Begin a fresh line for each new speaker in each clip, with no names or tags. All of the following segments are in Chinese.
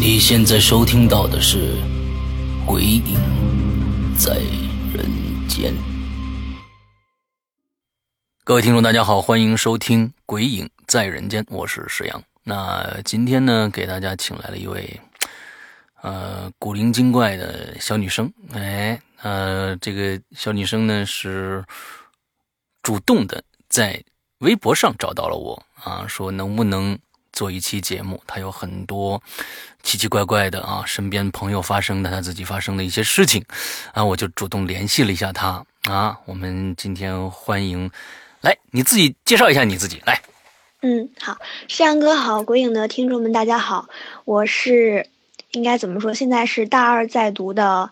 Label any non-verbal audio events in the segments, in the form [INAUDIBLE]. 你现在收听到的是《鬼影在人间》。各位听众，大家好，欢迎收听《鬼影在人间》，我是石阳。那今天呢，给大家请来了一位呃古灵精怪的小女生。哎，呃，这个小女生呢是主动的在微博上找到了我啊，说能不能做一期节目？她有很多奇奇怪怪的啊，身边朋友发生的，她自己发生的一些事情啊，我就主动联系了一下她啊。我们今天欢迎，来你自己介绍一下你自己来。
嗯，好，山哥好，鬼影的听众们大家好，我是应该怎么说？现在是大二在读的，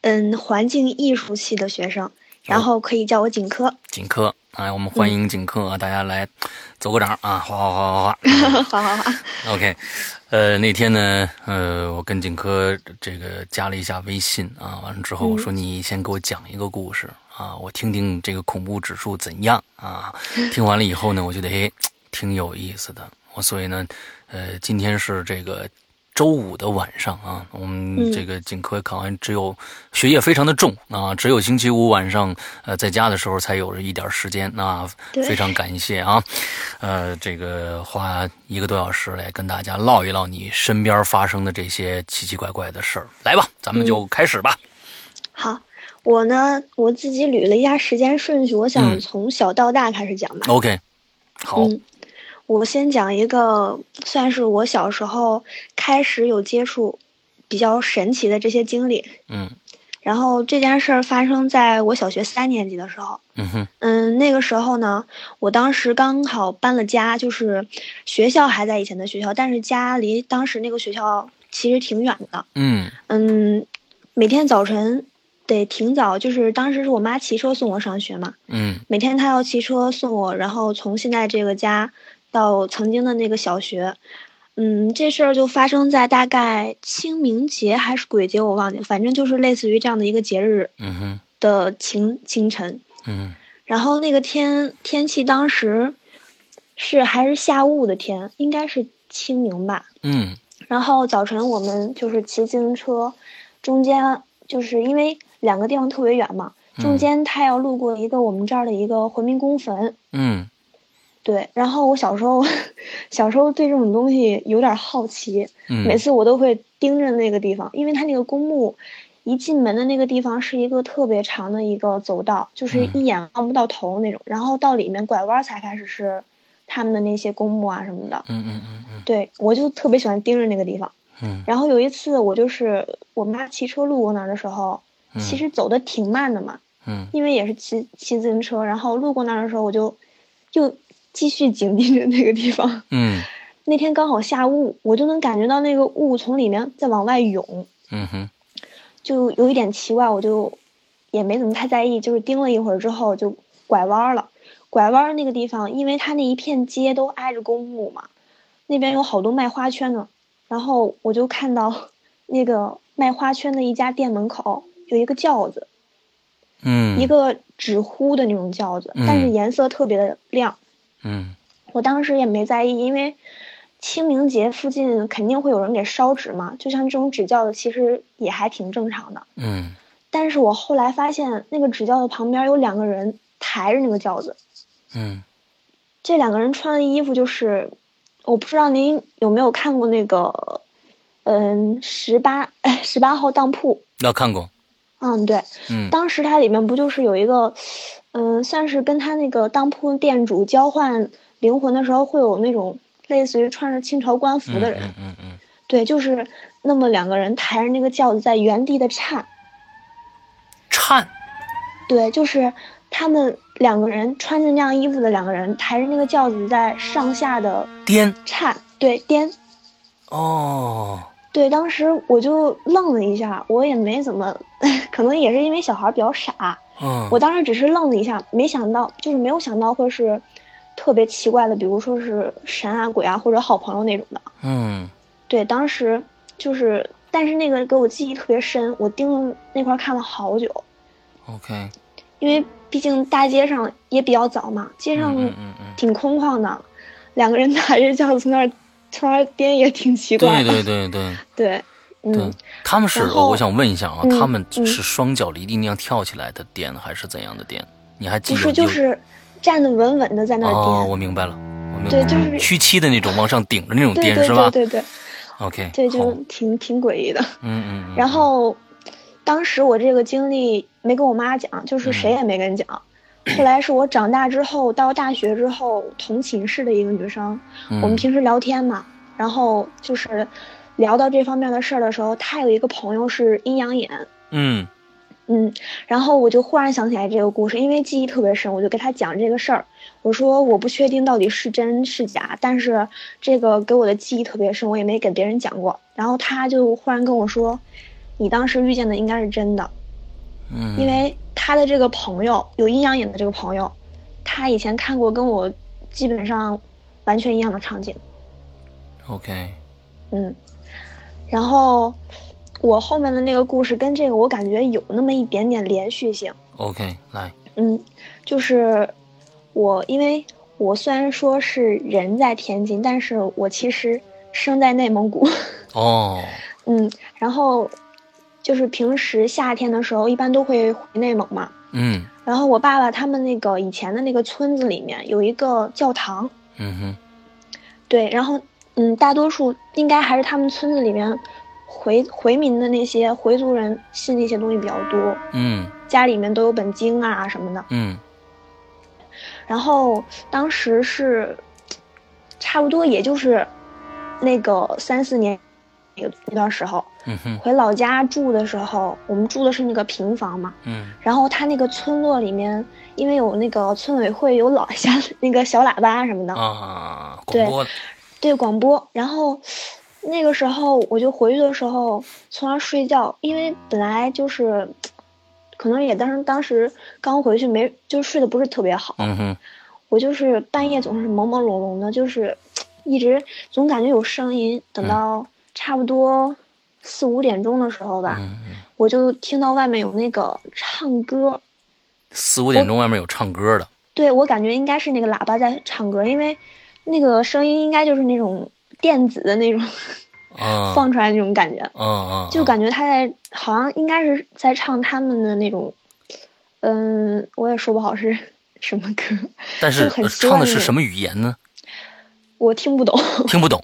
嗯，环境艺术系的学生，然后可以叫我景科。
景科，哎，我们欢迎景科啊，大家来走个掌啊，哗哗哗哗哗。
好好好，
OK，呃，那天呢，呃，我跟景科这个加了一下微信啊，完了之后我
嗯
说你先给我讲一个故事、啊，我听听这个恐怖指数怎样啊。听完了以后呢，我觉得哎，挺有意思的。我所以呢，呃，今天是这个周五的晚上啊，我们
嗯
这个景科考完只有学业非常的重啊，只有星期五晚上呃在家的时候才有一点时间啊，
对
非常感谢啊。呃，这个花一个多小时来跟大家唠一唠你身边发生的这些奇奇怪怪的事儿。来吧，咱们就开始吧。
好，我呢，我自己捋了一下时间顺序，我
嗯
想从小到大开始讲吧。
OK，好，
嗯，我先讲一个，算是我小时候开始有接触比较神奇的这些经历。
嗯
然后这件事儿发生在我小学三年级的时候。
嗯哼，
嗯，那个时候呢，我当时刚好搬了家，就是学校还在以前的学校，但是家离当时那个学校其实挺远的。
嗯
嗯，每天早晨得挺早，就是当时是我妈骑车送我上学嘛，
嗯
每天她要骑车送我，然后从现在这个家到曾经的那个小学。嗯，这事儿就发生在大概清明节还是鬼节，我忘记了，反正就是类似于这样的一个节日
嗯哼，
的清清晨。
嗯
然后那个天天气当时是还是下雾的天，应该是清明吧。
嗯
然后早晨我们就是骑自行车，中间就是因为两个地方特别远嘛，中
嗯
间他要路过一个我们这儿的一个回民公坟。
嗯
对，然后我小时候， [LAUGHS] 小时候对这种东西有点好奇，
嗯，
每次我都会盯着那个地方，因为它那个公墓，一进门的那个地方是一个特别长的一个走道，
嗯
就是一眼望不到头那种，然后到里面拐弯才开始是他们的那些公墓啊什么的。
嗯嗯嗯嗯
对我就特别喜欢盯着那个地方。
嗯，
然后有一次我就是我妈骑车路过那儿的时候，
嗯
其实走的挺慢的嘛，
嗯
因为也是骑骑自行车，然后路过那儿的时候我就就继续紧盯着那个地方。
嗯
那天刚好下雾，我就能感觉到那个雾从里面在往外涌，
嗯哼，
就有一点奇怪，我就也没怎么太在意，就是盯了一会儿之后就拐弯了。拐弯那个地方，因为它那一片街都挨着公墓嘛，那边有好多卖花圈的，然后我就看到 [LAUGHS] 那个卖花圈的一家店门口有一个轿子，
嗯
一个纸糊的那种轿子，但是
嗯
颜色特别的亮。
嗯
我当时也没在意，因为清明节附近肯定会有人给烧纸嘛，就像这种纸轿子，其实也还挺正常的。
嗯
但是我后来发现，那个纸轿子旁边有两个人抬着那个轿子，
嗯
这两个人穿的衣服就是，我不知道您有没有看过那个，嗯，十八 [LAUGHS] 十八号当铺，
那看过，
嗯，对，
嗯
当时它里面不就是有一个，嗯、算是跟他那个当铺店主交换灵魂的时候，会有那种类似于穿着清朝官服的人，
嗯嗯嗯
对，就是那么两个人抬着那个轿子在原地的颤。
颤，
对，就是他们两个人穿着那样衣服的两个人抬着那个轿子在上下的
颠，
颤，对，颠。
哦，
对，当时我就愣了一下，我也没怎么， [LAUGHS] 可能也是因为小孩比较傻，
嗯，
我当时只是愣了一下，没想到就是没有想到会是特别奇怪的，比如说是神啊鬼啊或者好朋友那种的。
嗯，
对，当时就是，但是那个给我记忆特别深，我盯着那块儿看了好久，
OK，
因为毕竟大街上也比较早嘛，街上
嗯嗯嗯，
挺空旷的，两个人拿着轿子从那儿从那儿颠也挺奇怪
对
的。
对对对
对
对
嗯，，
他们是，
然后
我想问一下啊，
嗯
他们
嗯
是双脚离地那样跳起来的颠，还是怎样的颠？你还记
不
得
是，就是站得稳稳的在那儿
哦，
颠，
我明白了，我明白
对，
了，
就是
屈膝的那种往上顶着那种
对
颠
对
是吧
对对对
？OK，
对，就
好
挺挺诡异的。
嗯嗯嗯，
然后，当时我这个经历没跟我妈讲，
嗯
就是谁也没跟讲。后来是我长大之后，到大学之后，同寝室的一个女生，
嗯
我们平时聊天嘛，然后就是聊到这方面的事儿的时候，她有一个朋友是阴阳眼，
嗯
嗯，然后我就忽然想起来这个故事，因为记忆特别深，我就跟她讲这个事儿。我说我不确定到底是真是假，但是这个给我的记忆特别深，我也没给别人讲过。然后她就忽然跟我说，你当时遇见的应该是真的，
嗯，
因为她的这个朋友有阴阳眼的这个朋友，他以前看过跟我基本上完全一样的场景。
OK，
嗯，然后我后面的那个故事跟这个我感觉有那么一点点连续性。
OK，来，
嗯，就是我，因为我虽然说是人在天津，但是我其实生在内蒙古。 [LAUGHS]
哦，
嗯，然后就是平时夏天的时候，一般都会回内蒙嘛。
嗯
然后我爸爸他们那个以前的那个村子里面有一个教堂，
嗯哼，
对，然后嗯，大多数应该还是他们村子里面回回民的那些回族人信那些东西比较多，
嗯
家里面都有本经啊什么的。
嗯
然后当时是差不多也就是那个三四年那个那段时候，
嗯哼，
回老家住的时候，我们住的是那个平房嘛。
嗯
然后他那个村落里面，因为有那个村委会有老 [LAUGHS] 下那个小喇叭什么的，
啊，广
对
播的，
对广播。然后那个时候我就回去的时候从那儿睡觉，因为本来就是。可能也当时当时刚回去没，就睡得不是特别好，
嗯哼，
我就是半夜总是朦朦胧胧的，就是一直总感觉有声音。
嗯
等到差不多四五点钟的时候吧，
嗯嗯，
我就听到外面有那个唱歌。
四五点钟外面有唱歌的，
对我感觉应该是那个喇叭在唱歌，因为那个声音应该就是那种电子的那种
啊，
[LAUGHS] 放出来那种感觉，
嗯嗯，
就感觉他在好像应该是在唱他们的那种，嗯，我也说不好是什么歌，
但是
就很
呃
奇怪
唱的
那
是
种
什么语言呢？
我听不懂。 [LAUGHS]
听不懂。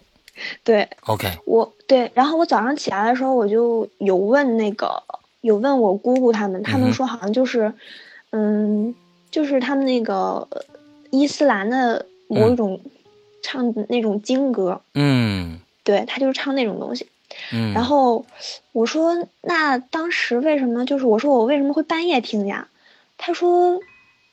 对，
OK，
我对，然后我早上起来的时候，我就有问那个，有问我姑姑他们，
嗯
他
哼
们说好像就是，嗯，就是他们那个呃伊斯兰的某
嗯
一种唱的那种经歌，
嗯
对他就是唱那种东西。
嗯，
然后我说，那当时为什么就是我说我为什么会半夜听见啊？他说，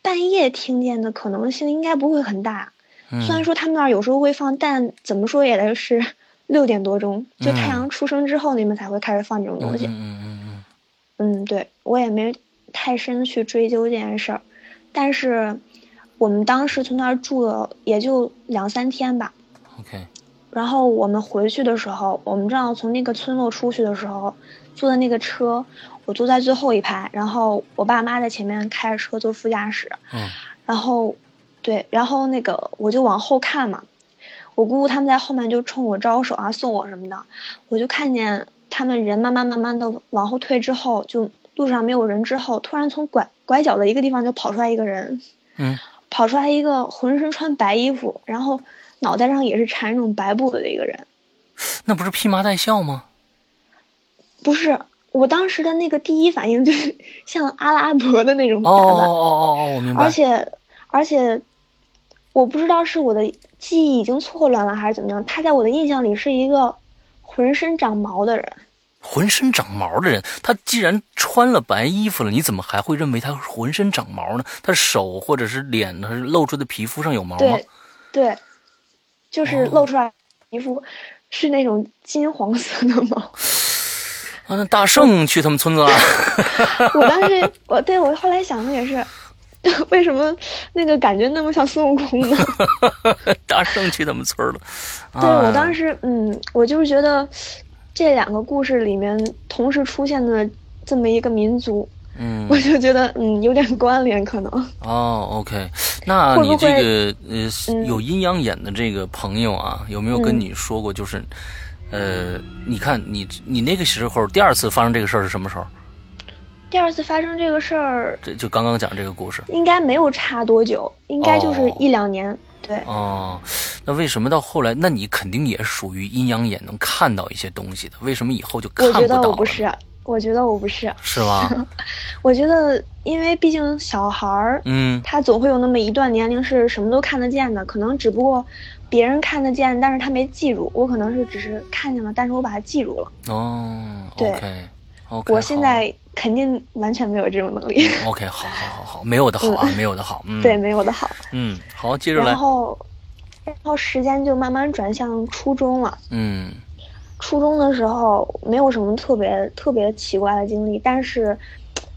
半夜听见的可能性应该不会很大。虽然
嗯
说他们那儿有时候会放，但怎么说也得是 [LAUGHS] 六点多钟，就太
嗯
阳出生之后，那边才会开始放这种东西。
嗯
嗯
嗯嗯嗯
对我也没太深去追究这件事儿，但是我们当时从那儿住了也就两三天吧。
嗯，OK，
然后我们回去的时候，我们正好从那个村落出去的时候，坐的那个车，我坐在最后一排，然后我爸妈在前面开着车坐副驾驶，
嗯
然后，对，然后那个我就往后看嘛，我姑姑他们在后面就冲我招手啊，送我什么的，我就看见他们人慢慢慢慢的往后退之后，就路上没有人之后，突然从拐拐角的一个地方就跑出来一个人，
嗯
跑出来一个浑身穿白衣服，然后脑袋上也是缠那种白布的一个人，
那不是披麻戴孝吗？
不是。我当时的那个第一反应就是像阿拉伯的那种打
哦
扮，
哦哦哦，我明白
而。且而且，我不知道是我的记忆已经错乱了还是怎么样，他在我的印象里是一个浑身长毛的人。
浑身长毛的人，他既然穿了白衣服了，你怎么还会认为他浑身长毛呢？他手或者是脸，他露出的皮肤上有毛吗？
对，就是露出来皮肤是那种金黄色的
[LAUGHS]
毛。
啊，那大圣去他们村子了。 [LAUGHS]
我当时，我对我后来想的也是， [LAUGHS] 为什么那个感觉那么像孙悟空
[LAUGHS]
呢？
大圣去他们村了。啊
对
哎
我当时，嗯，我就是觉得这两个故事里面同时出现的这么一个民族，
嗯，
我就觉得嗯有点关联，可能
哦，OK，那
会
你
不
这
会
个呃
嗯
有阴阳眼的这个朋友啊，有没有跟你说过？就是，呃，你看你你那个时候第二次发生这个事儿是什么时候？
第二次发生这个事儿
这就刚刚讲这个故事
应该没有差多久，应该就是
哦
一两年。对，
哦。那为什么到后来？那你肯定也属于阴阳眼能看到一些东西的，为什么以后就看
我
不
觉
到
得
了？
我不是，我觉得我不是，
是
[LAUGHS]
吧？
我觉得因为毕竟小孩儿，
嗯
他总会有那么一段年龄是什么都看得见的，可能只不过别人看得见，但是他没记住。我可能是只是看见了，但是我把它记住了。
哦
对
，OK OK，
我现在肯定完全没有这种能力，
好 OK，好好好好，没有的好啊，没有的好，嗯，
对，，没有的好。
嗯，好，接着来
然，后，然后时间就慢慢转向初中了。
嗯
初中的时候没有什么特别特别奇怪的经历，但是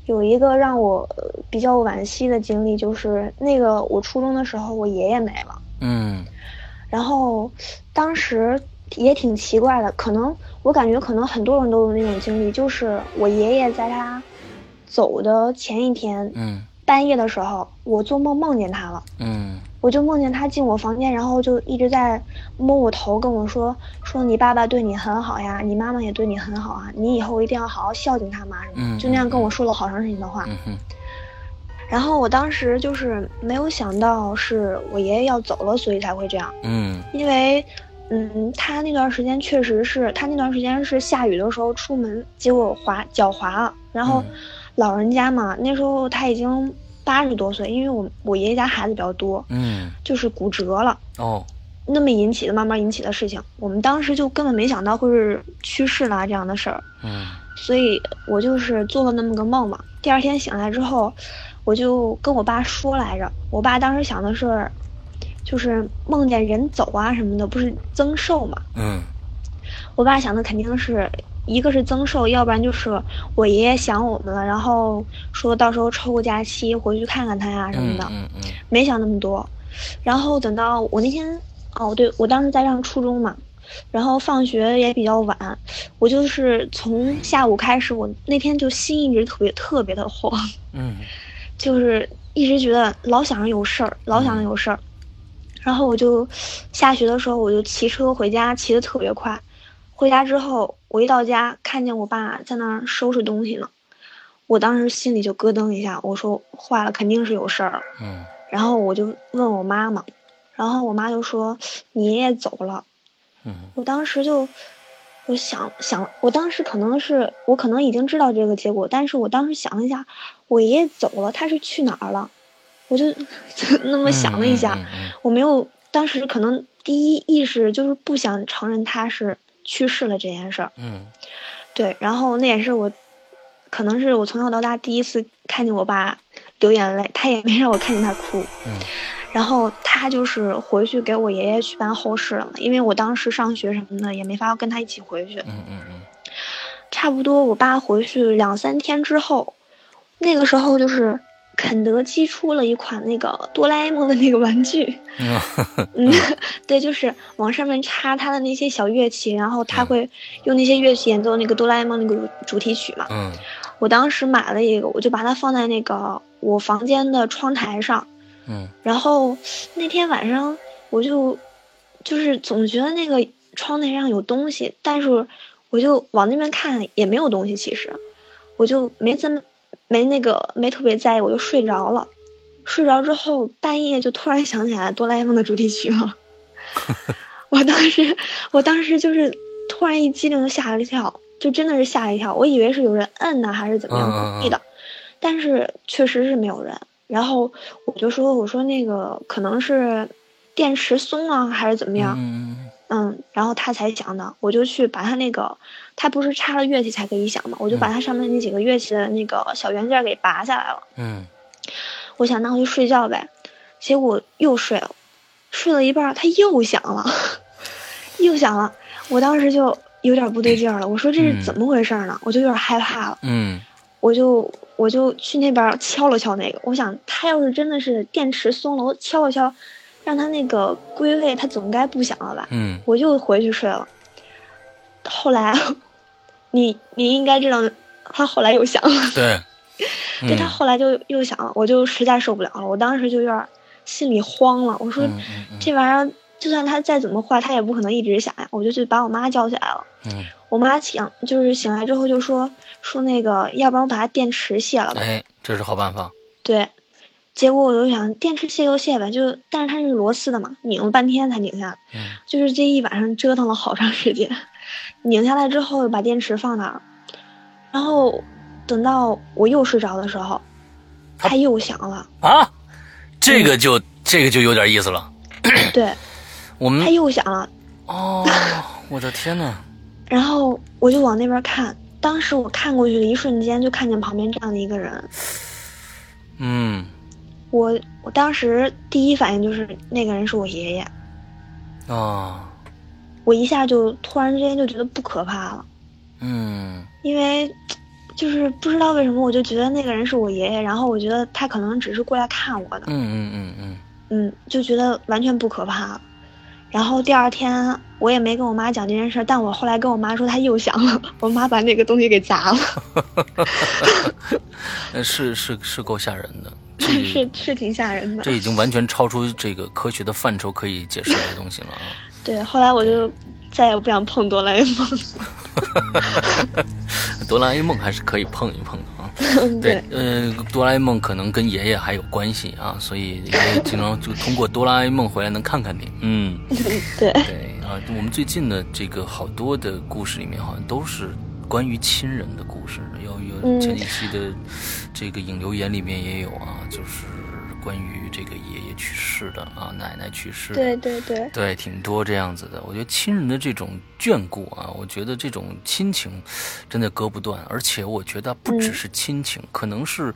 有一个让我呃比较惋惜的经历，就是那个我初中的时候我爷爷没了，
嗯
然后当时也挺奇怪的，可能我感觉可能很多人都有那种经历，就是我爷爷在他走的前一天
嗯
半夜的时候，我做梦梦见他了。
嗯
我就梦见他进我房间，然后就一直在摸我头，跟我说说你爸爸对你很好呀，你妈妈也对你很好啊，你以后一定要好好孝敬他妈什么的，
嗯
就那样跟我说了好长时间的话。
嗯哼。
然后我当时就是没有想到是我爷爷要走了，所以才会这样，
嗯
因为。嗯，他那段时间确实是他那段时间是下雨的时候出门，结果滑脚滑了。然后
嗯，
老人家嘛，那时候他已经八十多岁，因为我我爷爷家孩子比较多，
嗯，
就是骨折了。
哦，
那么引起的慢慢引起的事情，我们当时就根本没想到会是去世啦这样的事儿，
嗯
所以我就是做了那么个梦嘛。第二天醒来之后，我就跟我爸说来着，我爸当时想的是，就是梦见人走啊什么的，不是增寿嘛？
嗯
我爸想的肯定是一个是增寿，要不然就是我爷爷想我们了，然后说到时候抽个假期回去看看他呀什么
嗯
的。
嗯嗯
没想那么多。然后等到我那天，哦，对我当时在上初中嘛，然后放学也比较晚，我就是从下午开始，我那天就心一直特别特别的慌，
嗯
[LAUGHS] 就是一直觉得老想着有事儿，老想着有事儿。然后我就下学的时候，我就骑车回家，骑得特别快。回家之后，我一到家，看见我爸在那儿收拾东西呢，我当时心里就咯噔一下，我说坏了，肯定是有事儿了。
嗯
然后我就问我妈妈，然后我妈就说你爷爷走了。
嗯
我当时就，我想想，我当时可能是我可能已经知道这个结果，但是我当时想了一下，我爷爷走了，他是去哪儿了？我就 [LAUGHS] 那么想了一下，
嗯嗯
我没有当时可能第一意识就是不想承认他是去世了这件事儿。
嗯
对，然后那也是我，可能是我从小到大第一次看见我爸流眼泪，他也没让我看见他哭。
嗯
然后他就是回去给我爷爷去办后事了嘛，因为我当时上学什么的也没法跟他一起回去。
嗯嗯
差不多我爸回去两三天之后，那个时候就是肯德基出了一款那个哆啦 A 梦的那个玩具，
[LAUGHS] 嗯
嗯，对，就是往上面插他的那些小乐器，然后
嗯
他会用那些乐器演奏那个哆啦 A 梦那个主题曲嘛。
嗯
我当时买了一个，我就把它放在那个我房间的窗台上，
嗯
然后那天晚上我就就是总觉得那个窗台上有东西，但是我就往那边看也没有东西，其实我就没怎么没那个没特别在意，我就睡着了。睡着之后半夜就突然想起来哆啦 A 梦的主题
[LAUGHS]
曲了，我当时我当时就是突然一激灵就吓了一跳，就真的是吓了一跳，我以为是有人摁呐还是怎么
嗯
样
嗯嗯
故意的，但是确实是没有人。然后我就啊说：“我说那个可能是电池松了还是怎么样？”
嗯
嗯，然然后他才响的。我就去把他那个，他不是插了乐器才可以响嘛，我就把他上面那几个乐器的那个小元件给拔下来了。
嗯
我想那我就睡觉呗，结果又睡了，睡了一半儿它又响了， [LAUGHS] 又响了，我当时就有点不对劲儿了，我说这
嗯
是怎么回事儿呢？我就有点害怕了，
嗯
我就我就去那边儿敲了敲那个，我想它要是真的是电池松了，我敲了敲，让它那个归位，它总该不响了吧？
嗯
我又回去睡了。后来，你你应该知道，它后来又响了。
对，嗯
对他后来就又想了，我就实在受不了了，我当时就有点儿心里慌了，我说、
嗯嗯嗯
这玩意儿就算它再怎么坏，它也不可能一直响呀，我就去把我妈叫起来了。
嗯，
我妈醒就是醒来之后就说说那个，要不然我把它电池卸了吧。
哎，这是好办法。
对，结果我就想电池卸就卸呗，就但是它是螺丝的嘛，拧了半天才拧下来，
嗯
就是这一晚上折腾了好长时间，拧下来之后把电池放那儿，然后等到我又睡着的时候，它又响了。
啊，这个就这个就有点意思了。
对，
我
他
们
又响了，
哦，我的天哪！
然后我就往那边看。当时我看过去的一瞬间，就看见旁边站了一个人。
嗯，
我我当时第一反应就是那个人是我爷爷，
啊，
我一下就突然之间就觉得不可怕了，
嗯
因为就是不知道为什么我就觉得那个人是我爷爷，然后我觉得他可能只是过来看我的
嗯，嗯嗯嗯
嗯，就觉得完全不可怕。然后第二天我也没跟我妈讲这件事儿，但我后来跟我妈说他又响了， [LAUGHS] 我妈把那个东西给砸了，
呃，是是是够吓人的，这
[LAUGHS] 是是挺吓人的。
这已经完全超出这个科学的范畴可以解释的东西了啊。
对，后来我就再也不想碰哆啦 A 梦
哆啦 A 梦还是可以碰一碰的啊。
了。 [LAUGHS] 对，
呃，哆啦 A 梦可能跟爷爷还有关系啊，所以爷爷经常就通过哆啦 A 梦回来能看看你。嗯，
对，
对啊，我们最近的这个好多的故事里面，好像都是关于亲人的故事。有有
嗯
前几期的这个引流言里面也有啊，就是关于这个爷爷去世的啊，奶奶去世的。
对对对，
对，挺多这样子的。我觉得亲人的这种眷顾啊，我觉得这种亲情真的割不断，而且我觉得
嗯
不只是亲情，可能是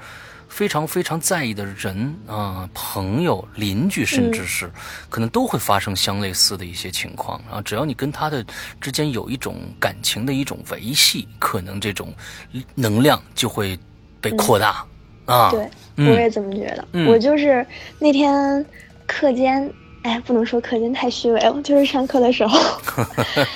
非常非常在意的人啊、朋友、邻居，甚
嗯
至是、可能都会发生相类似的一些情况啊。只要你跟他的之间有一种感情的一种维系，可能这种能量就会被扩大、啊。
嗯对，
嗯
我也这么觉得。
嗯
我就是那天课间，哎，不能说课间太虚伪了，就是上课的
[LAUGHS]
时候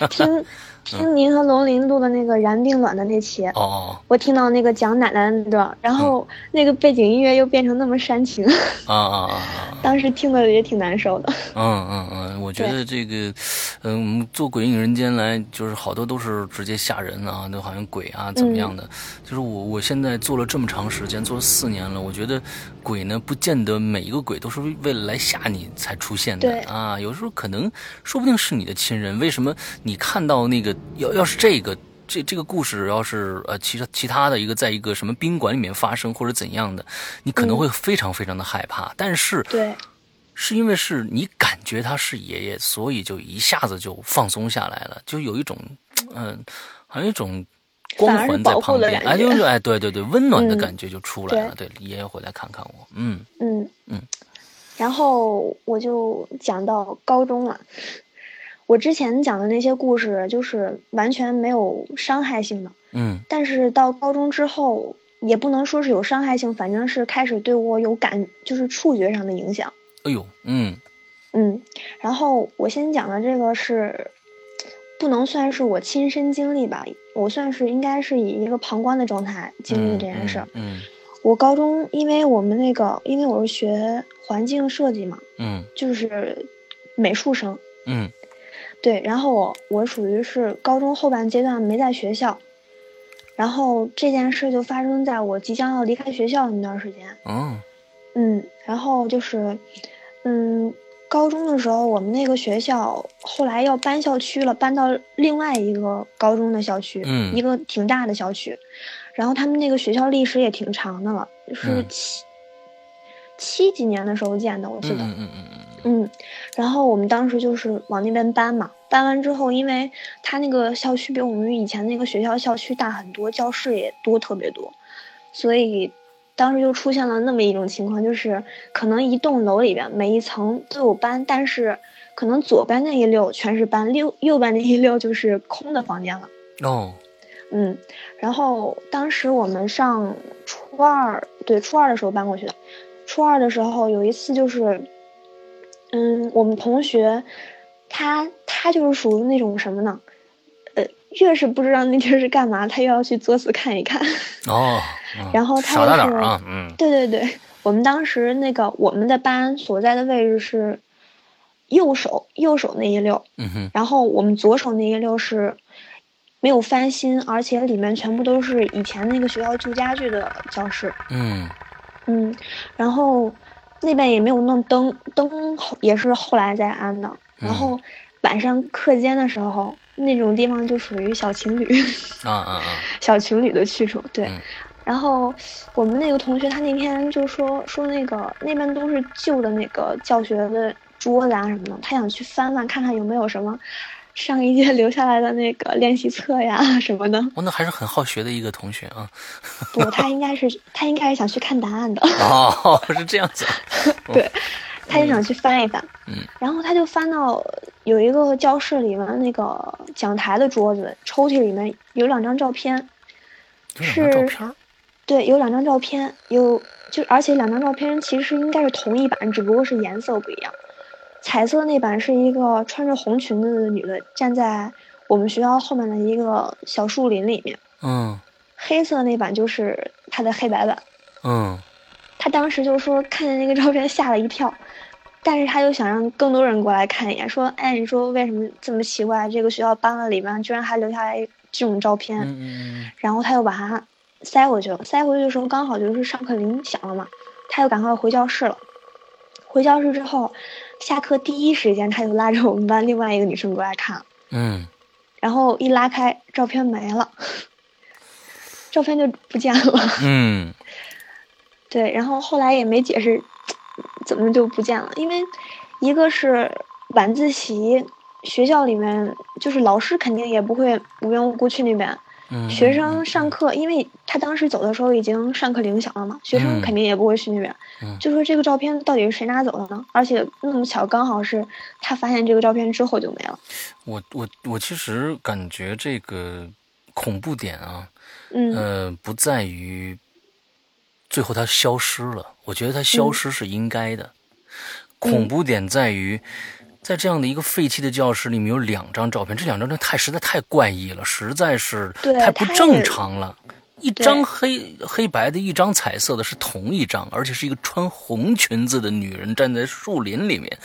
听听您和龙鳞录的那个《燃并卵》的那期。
哦嗯哦
我听到那个讲奶奶的那段，然后那个背景音乐又变成那么煽情， [LAUGHS]
啊啊啊啊！
当时听的也挺难受
[LAUGHS]
的。
嗯嗯嗯，我觉得这个，嗯，我们做《鬼影人间》来，就是好多都是直接吓人啊，都好像鬼啊怎么样
嗯
的。就是我我现在做了这么长时间，做了四年了，我觉得鬼呢，不见得每一个鬼都是为了来吓你才出现的
对
啊。有时候可能说不定是你的亲人，为什么你看到那个要要是这个？这这个故事要是呃其他其他的一个在一个什么宾馆里面发生或者怎样的，你可能
嗯
会非常非常的害怕。但是
对，
是因为是你感觉他是爷爷，所以就一下子就放松下来了，就有一种，嗯、好像一种光
反而
环
是
在
保护
旁
的
边，
感
哎，
觉
就是哎，对对对，温暖的
嗯
感觉就出来了。对，爷爷回来看看我，嗯
嗯，
嗯
然后我就讲到高中了。我之前讲的那些故事就是完全没有伤害性的，
嗯
但是到高中之后，也不能说是有伤害性，反正是开始对我有感，就是触觉上的影响。
哎呦，嗯
嗯，然后我先讲的这个是，不能算是我亲身经历吧，我算是应该是以一个旁观的状态经历这件事儿。
嗯
我高中因为我们那个，因为我是学环境设计嘛，
嗯
就是美术生，
嗯
对。然后我我属于是高中后半阶段没在学校，然后这件事就发生在我即将要离开学校那段时间。
嗯嗯
嗯，然后就是，嗯，高中的时候我们那个学校后来要搬校区了，搬到另外一个高中的校区，
嗯
一个挺大的校区。然后他们那个学校历史也挺长的了，是
嗯
七、七几年的时候建的，我记得。
嗯嗯嗯
嗯，然后我们当时就是往那边搬嘛，搬完之后，因为它那个校区比我们以前那个学校校区大很多，教室也多特别多，所以当时就出现了那么一种情况，就是可能一栋楼里边每一层都有班，但是可能左边那一溜全是班，右右边那一溜就是空的房间了。
哦，
嗯，然后当时我们上初二，对初二的时候搬过去的。初二的时候有一次就是，嗯，我们同学，他他就是属于那种什么呢？呃，越是不知道那地儿是干嘛，他越要去作死看一看。 [LAUGHS]
哦，嗯
然后他
傻大
就
胆
是
儿啊，嗯，
对对对，我们当时那个我们的班所在的位置是右手右手那一溜，
嗯哼，
然后我们左手那一溜是没有翻新，而且里面全部都是以前那个学校旧家具的教室。
嗯，
嗯，然后那边也没有弄灯，灯后也是后来再安的。然
嗯
后晚上课间的时候，那种地方就属于小情侣、
啊啊啊，
小情侣的去处。对，
嗯
然后我们那个同学他那天就说说那个那边都是旧的那个教学的桌子啊什么的，他想去翻翻看看有没有什么上一届 [LAUGHS] 留下来的那个练习册呀什么的。
我那还是很好学的一个同学啊。
不，他应该是他应该是想去看答案的。
哦， [LAUGHS] 是这样子啊，
他就想去翻一翻，
嗯
然后他就翻到有一个教室里面那个讲台的桌子抽屉里面有两张照片，
有两张照
是
片儿，
对，有两张照片，有就而且两张照片其实应该是同一版，只不过是颜色不一样。彩色那版是一个穿着红裙子的女的站在我们学校后面的一个小树林里面，
嗯
黑色那版就是她的黑白版。
嗯，
他当时就说看见那个照片吓了一跳，但是他又想让更多人过来看一眼，说：“哎，你说为什么这么奇怪？这个学校搬了里面居然还留下来这种照片。
嗯嗯嗯
然后他又把它塞回去了。塞回去的时候刚好就是上课铃响了嘛，他又赶快回教室了。回教室之后，下课第一时间他就拉着我们班另外一个女生过来看了，
嗯，
然后一拉开照片没了，照片就不见了。 [LAUGHS]
嗯
对，然后后来也没解释怎么就不见了，因为一个是晚自习，学校里面就是老师肯定也不会无缘无故去那边，
嗯，
学
嗯
生上课，因为他当时走的时候已经上课铃响了嘛，学生
嗯
肯定也不会去那边，
嗯
就说这个照片到底是谁拿走的呢？而且那么巧，刚好是他发现这个照片之后就没了，
我我我其实感觉这个恐怖点啊，
嗯、
呃，不在于最后它消失了，我觉得它消失是应该的。
嗯
恐怖点在于，在这样的一个废弃的教室里面有两张照片，这两张照片太实在太怪异了，实在是
对
太不
太
正常了。一张黑黑白的，一张彩色的，是同一张，而且是一个穿红裙子的女人站在树林里面，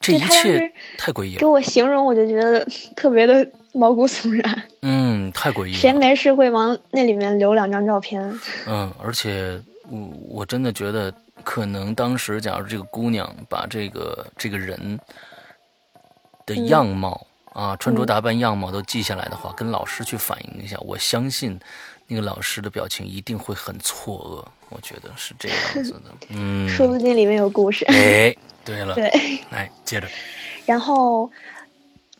这
对
一
她当
切
时
太诡异
给
了。
我形容我就觉得特别的 [LAUGHS] 毛骨悚然，
嗯，太诡异了。
谁没事会往那里面留两张照片？
嗯，而且我我真的觉得，可能当时假如这个姑娘把这个这个人的样貌、啊、穿着打扮、样貌都记下来的话，跟老师去反映一下，我相信那个老师的表情一定会很错愕。我觉得是这样子的，嗯，
说不定里面有故事。
哎，对了，
[LAUGHS] 对，
来接着，
然后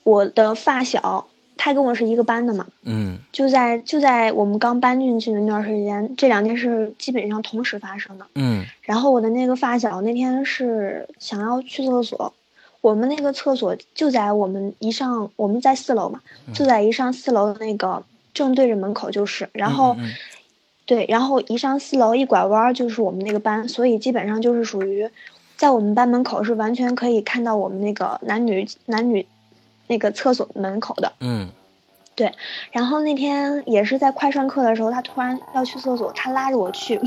我的发小，他跟我是一个班的嘛，
嗯
就在就在我们刚搬进去的那段时间，这两件事基本上同时发生的。
嗯
然后我的那个发小那天是想要去厕所，我们那个厕所就在我们一上，我们在四楼嘛，
嗯
就在一上四楼的那个正对着门口就是，然后。
嗯嗯
对，然后一上四楼一拐弯儿就是我们那个班，所以基本上就是属于，在我们班门口是完全可以看到我们那个男女男女那个厕所门口的。
嗯
然后那天也是在快上课的时候，他突然要去厕所，他拉着我去，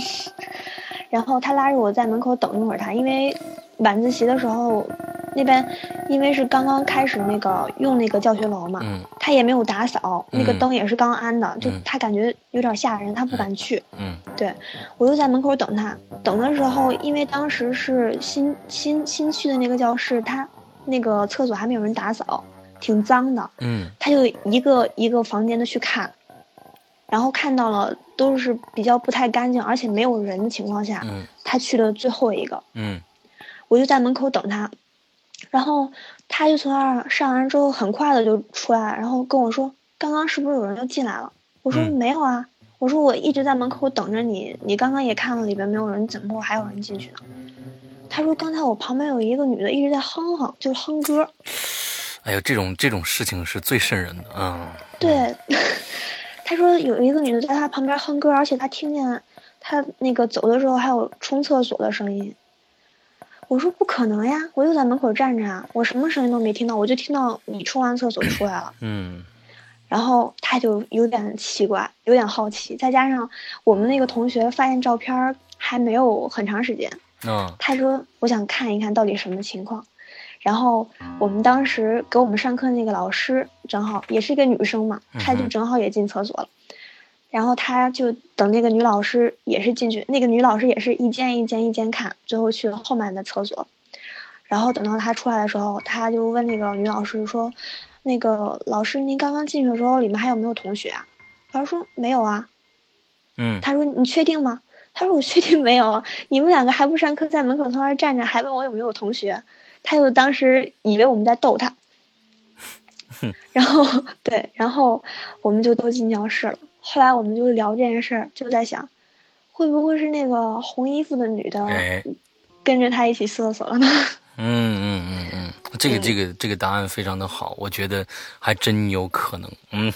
[LAUGHS] 然后他拉着我在门口等一会儿他，因为晚自习的时候那边因为是刚刚开始那个用那个教学楼嘛，
嗯
他也没有打扫，那个
嗯
灯也是刚安的，就
嗯
他感觉有点吓人，他不敢去。
嗯
对，我就在门口等他。等的时候，因为当时是新新新去的那个教室，他那个厕所还没有人打扫，挺脏的，
嗯
他就一个一个房间的去看，然后看到了都是比较不太干净，而且没有人的情况下，
嗯
他去了最后一个。
嗯
我就在门口等他，然后他就从那儿上完之后，很快的就出来，然后跟我说：“刚刚是不是有人就进来了？”我说：“
嗯
没有啊。”我说：“我一直在门口等着你，你刚刚也看了里边没有人，怎么会还有人进去呢？”他说：“刚才我旁边有一个女的一直在哼哼，就是哼歌。
哎呦，这种这种事情是最瘆人的，嗯，”
对， [LAUGHS] 他说有一个女的在他旁边哼歌，而且他听见他那个走的时候还有冲厕所的声音。我说不可能呀，我就在门口站着啊，我什么声音都没听到，我就听到你冲完厕所出来了。
嗯
然后他就有点奇怪，有点好奇，再加上我们那个同学发现照片儿还没有很长时间，
嗯
他说我想看一看到底什么情况。然后我们当时给我们上课那个老师正好也是一个女生嘛，她
嗯
就
哼
正好也进厕所了，然后她就等那个女老师也是进去，那个女老师也是一间一间一间看，最后去了后面的厕所。然后等到她出来的时候，她就问那个女老师说：“那个老师，您刚刚进去的时候里面还有没有同学啊？”老师说：“没有啊。”
嗯，
他说：“你确定吗？”他说：“我确定没有。你们两个还不上课，在门口从那儿站着，还问我有没有同学。”他就当时以为我们在逗他，然后对，然后我们就都进教室了。后来我们就聊这件事儿，就在想，会不会是那个红衣服的女的
哎，
跟着他一起瑟瑟了呢？ [LAUGHS]
嗯嗯嗯嗯，这个
嗯
这个这个答案非常的好，我觉得还真有可能，嗯，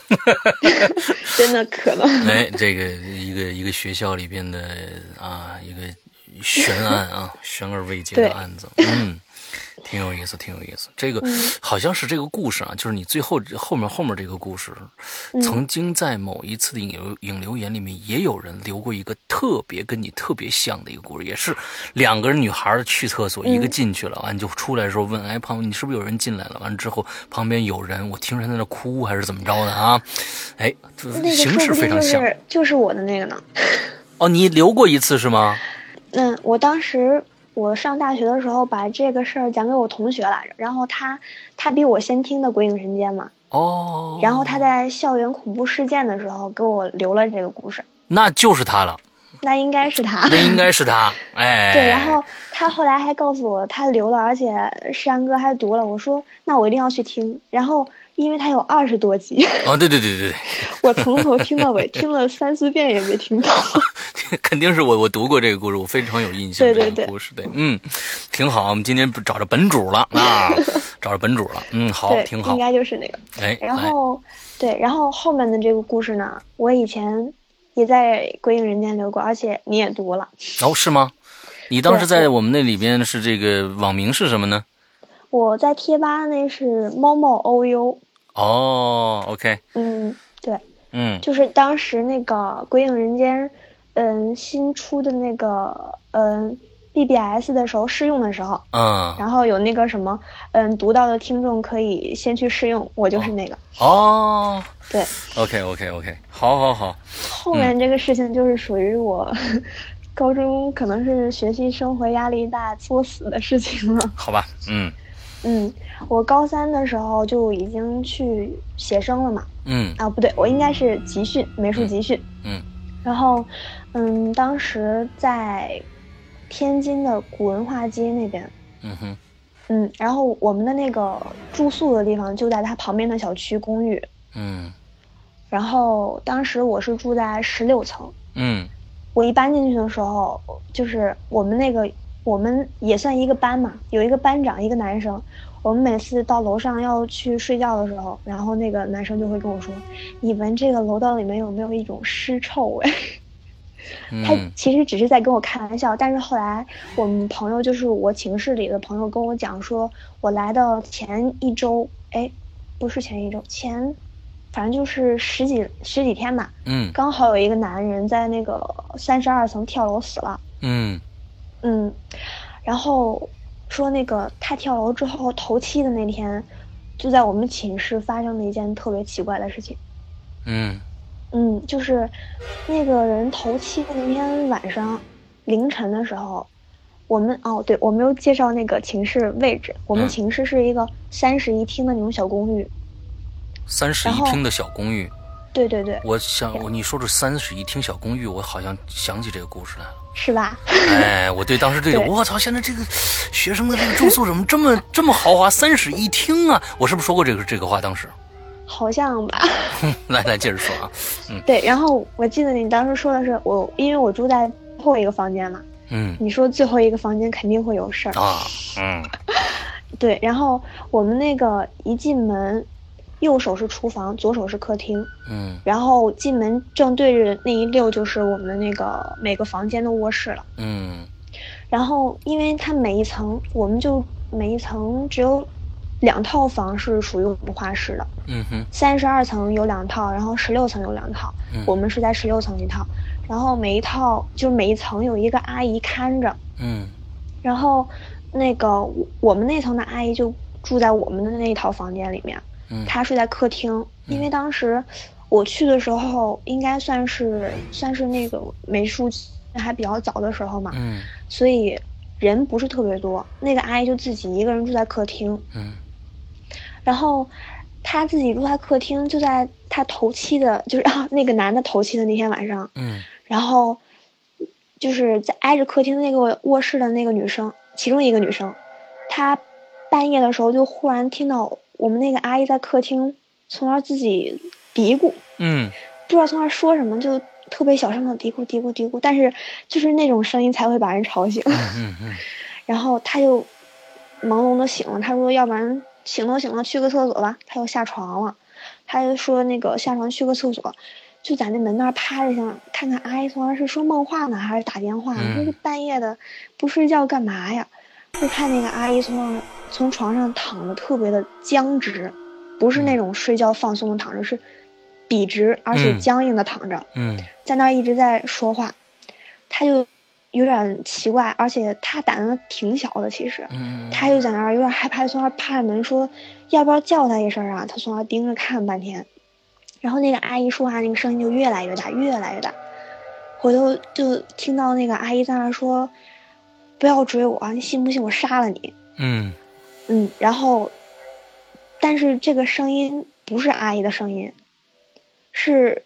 真的可能。
哎，这个一个一个学校里边的啊，一个悬案
[LAUGHS]
啊，悬而未解
对
的案子，嗯，挺有意思，挺有意思。这个
嗯
好像是这个故事啊，就是你最后后面后面这个故事，
嗯
曾经在某一次的影流影留言里面，也有人留过一个特别跟你特别像的一个故事，也是两个人女孩儿去厕所，一
嗯
个进去了，完就出来的时候问，哎，旁你是不是有人进来了？完之后旁边有人，我听着她在那哭还是怎么着的啊？哎，这
那个
形
说
式
不
非
定
常
就
像。
是就是我的那个呢。
哦，你留过一次是吗？
嗯，我当时我上大学的时候把这个事儿讲给我同学来着，然后他他比我先听的《鬼影神间》嘛，
哦，
然后他在校园恐怖事件的时候给我留了这个
[LAUGHS]
故事，
那就是他了，
那应该是他
那。应该是他。哎，
对，然后他后来还告诉我他留了，而且山哥还读了。我说那我一定要去听。然后因为他有二十多集， [LAUGHS]
哦，对对对对
我从头
[LAUGHS]
听到尾，听了三四遍也没听懂。
对， [LAUGHS] 肯定是我我读过这个故事，我非常有印象。
对对
这
对
个故事对，嗯，挺好。我们今天找着本主了
[LAUGHS]
啊，找着本主了，嗯，好，
对，
挺好
应。该就是那个。
哎，
然
哎
后，对，然后后面的这个故事呢，我以前也在《归隐人间》留过，而且你也读了。
哦，是吗？你当时
对
在我们那里边是这个网名是什么呢？
我在贴吧那是猫猫 OU，
哦，OK，
嗯，对，
嗯
就是当时那个《归隐人间》，嗯，新出的那个嗯 BBS 的时候试用的时候，
嗯，
然后有那个什么，嗯，读到的听众可以先去试用，我就是那个。
哦
对，
，OK OK OK，好好好，
后
嗯
面这个事情就是属于我高中可能是学习生活压力大作死的事情了。 [LAUGHS]
好吧，嗯
嗯，我高三的时候就已经去写生了嘛，
嗯
啊，不对，我应该是集训，美术集训。
嗯
然后，嗯，当时在天津的古文化街那边，
嗯哼，
嗯，然后我们的那个住宿的地方就在它旁边的小区公寓。
嗯
然后当时我是住在十六层，
嗯
我一搬进去的时候，就是我们那个我们也算一个班嘛，有一个班长，一个男生。我们每次到楼上要去睡觉的时候，然后那个男生就会跟我说：“你闻这个楼道里面有没有一种尸臭味？” [LAUGHS] 他
嗯
其实只是在跟我开玩笑，但是后来我们朋友就是我寝室里的朋友跟我讲说，我来的前一周，哎，不是前一周，前，反正就是十几十几天吧，
嗯
刚好有一个男人在那个三十二层跳楼死了，
嗯
嗯，然后说那个他跳楼之后头七的那天，就在我们寝室发生了一件特别奇怪的事情，
嗯
嗯，就是那个人头七的那天晚上凌晨的时候，我们哦对，我没有介绍那个寝室位置，我
嗯
们寝室是一个三室一厅的那种小公寓，
三室一
然后
厅的小公寓，
对对对，
我想我你说这三室一厅小公寓，我好像想起这个故事来了。
是吧？
哎，我对当时这个，
对
我操，现在这个学生的这个住宿怎么这么 [LAUGHS] 这么豪华，三室一厅啊？我是不是说过这个这个话？当时， [LAUGHS]
好像吧。
来来，接着说啊，
对，然后我记得你当时说的是我，因为我住在最后一个房间嘛，
嗯
你说最后一个房间肯定会有事儿。
啊，嗯
对，然后我们那个一进门，右手是厨房，左手是客厅，
嗯
然后进门正对着那一溜就是我们那个每个房间的卧室了。
嗯
然后因为它每一层，我们就每一层只有两套房是属于我们画室的，
嗯哼，
三十二层有两套，然后十六层有两套，
嗯
我们是在十六层一套，然后每一套就是每一层有一个阿姨看着，
嗯
然后那个我我们那层的阿姨就住在我们的那一套房间里面，
嗯
她睡在客厅，因为当时我去的时候应该算是算是那个美术还比较早的时候嘛，
嗯
所以人不是特别多，那个阿姨就自己一个人住在客厅，
嗯
然后她自己住在客厅，就在她头七的，就是、啊、那个男的头七的那天晚上，
嗯
然后就是在挨着客厅那个卧室的那个女生，其中一个女生，她半夜的时候就忽然听到我们那个阿姨在客厅从那儿自己嘀咕，
嗯
不知道从那儿说什么，就特别小声的嘀咕嘀咕嘀咕，但是就是那种声音才会把人吵醒。 [LAUGHS]
嗯嗯
然后他就朦胧的醒了，他说要不然醒了醒了去个厕所吧，他又下床了，他就说那个下床去个厕所，就在那门那儿趴着想看看阿姨从那是说梦话呢还是打电话呢，
嗯
说这半夜的不睡觉干嘛呀？就看那个阿姨从那儿从床上躺的特别的僵直，不是那种睡觉放松的躺着，是笔直而且
嗯
僵硬的躺着。
嗯
在那儿一直在说话，他就有点奇怪，而且他胆子挺小的，其实，
嗯，
他就在那儿有点害怕，从那儿趴着门说，要不要叫他一声啊？他从那儿盯着看半天，然后那个阿姨说话那个声音就越来越大，越来越大，回头就听到那个阿姨在那儿说，不要追我，啊，你信不信我杀了你？
嗯
嗯，然后，但是这个声音不是阿姨的声音，是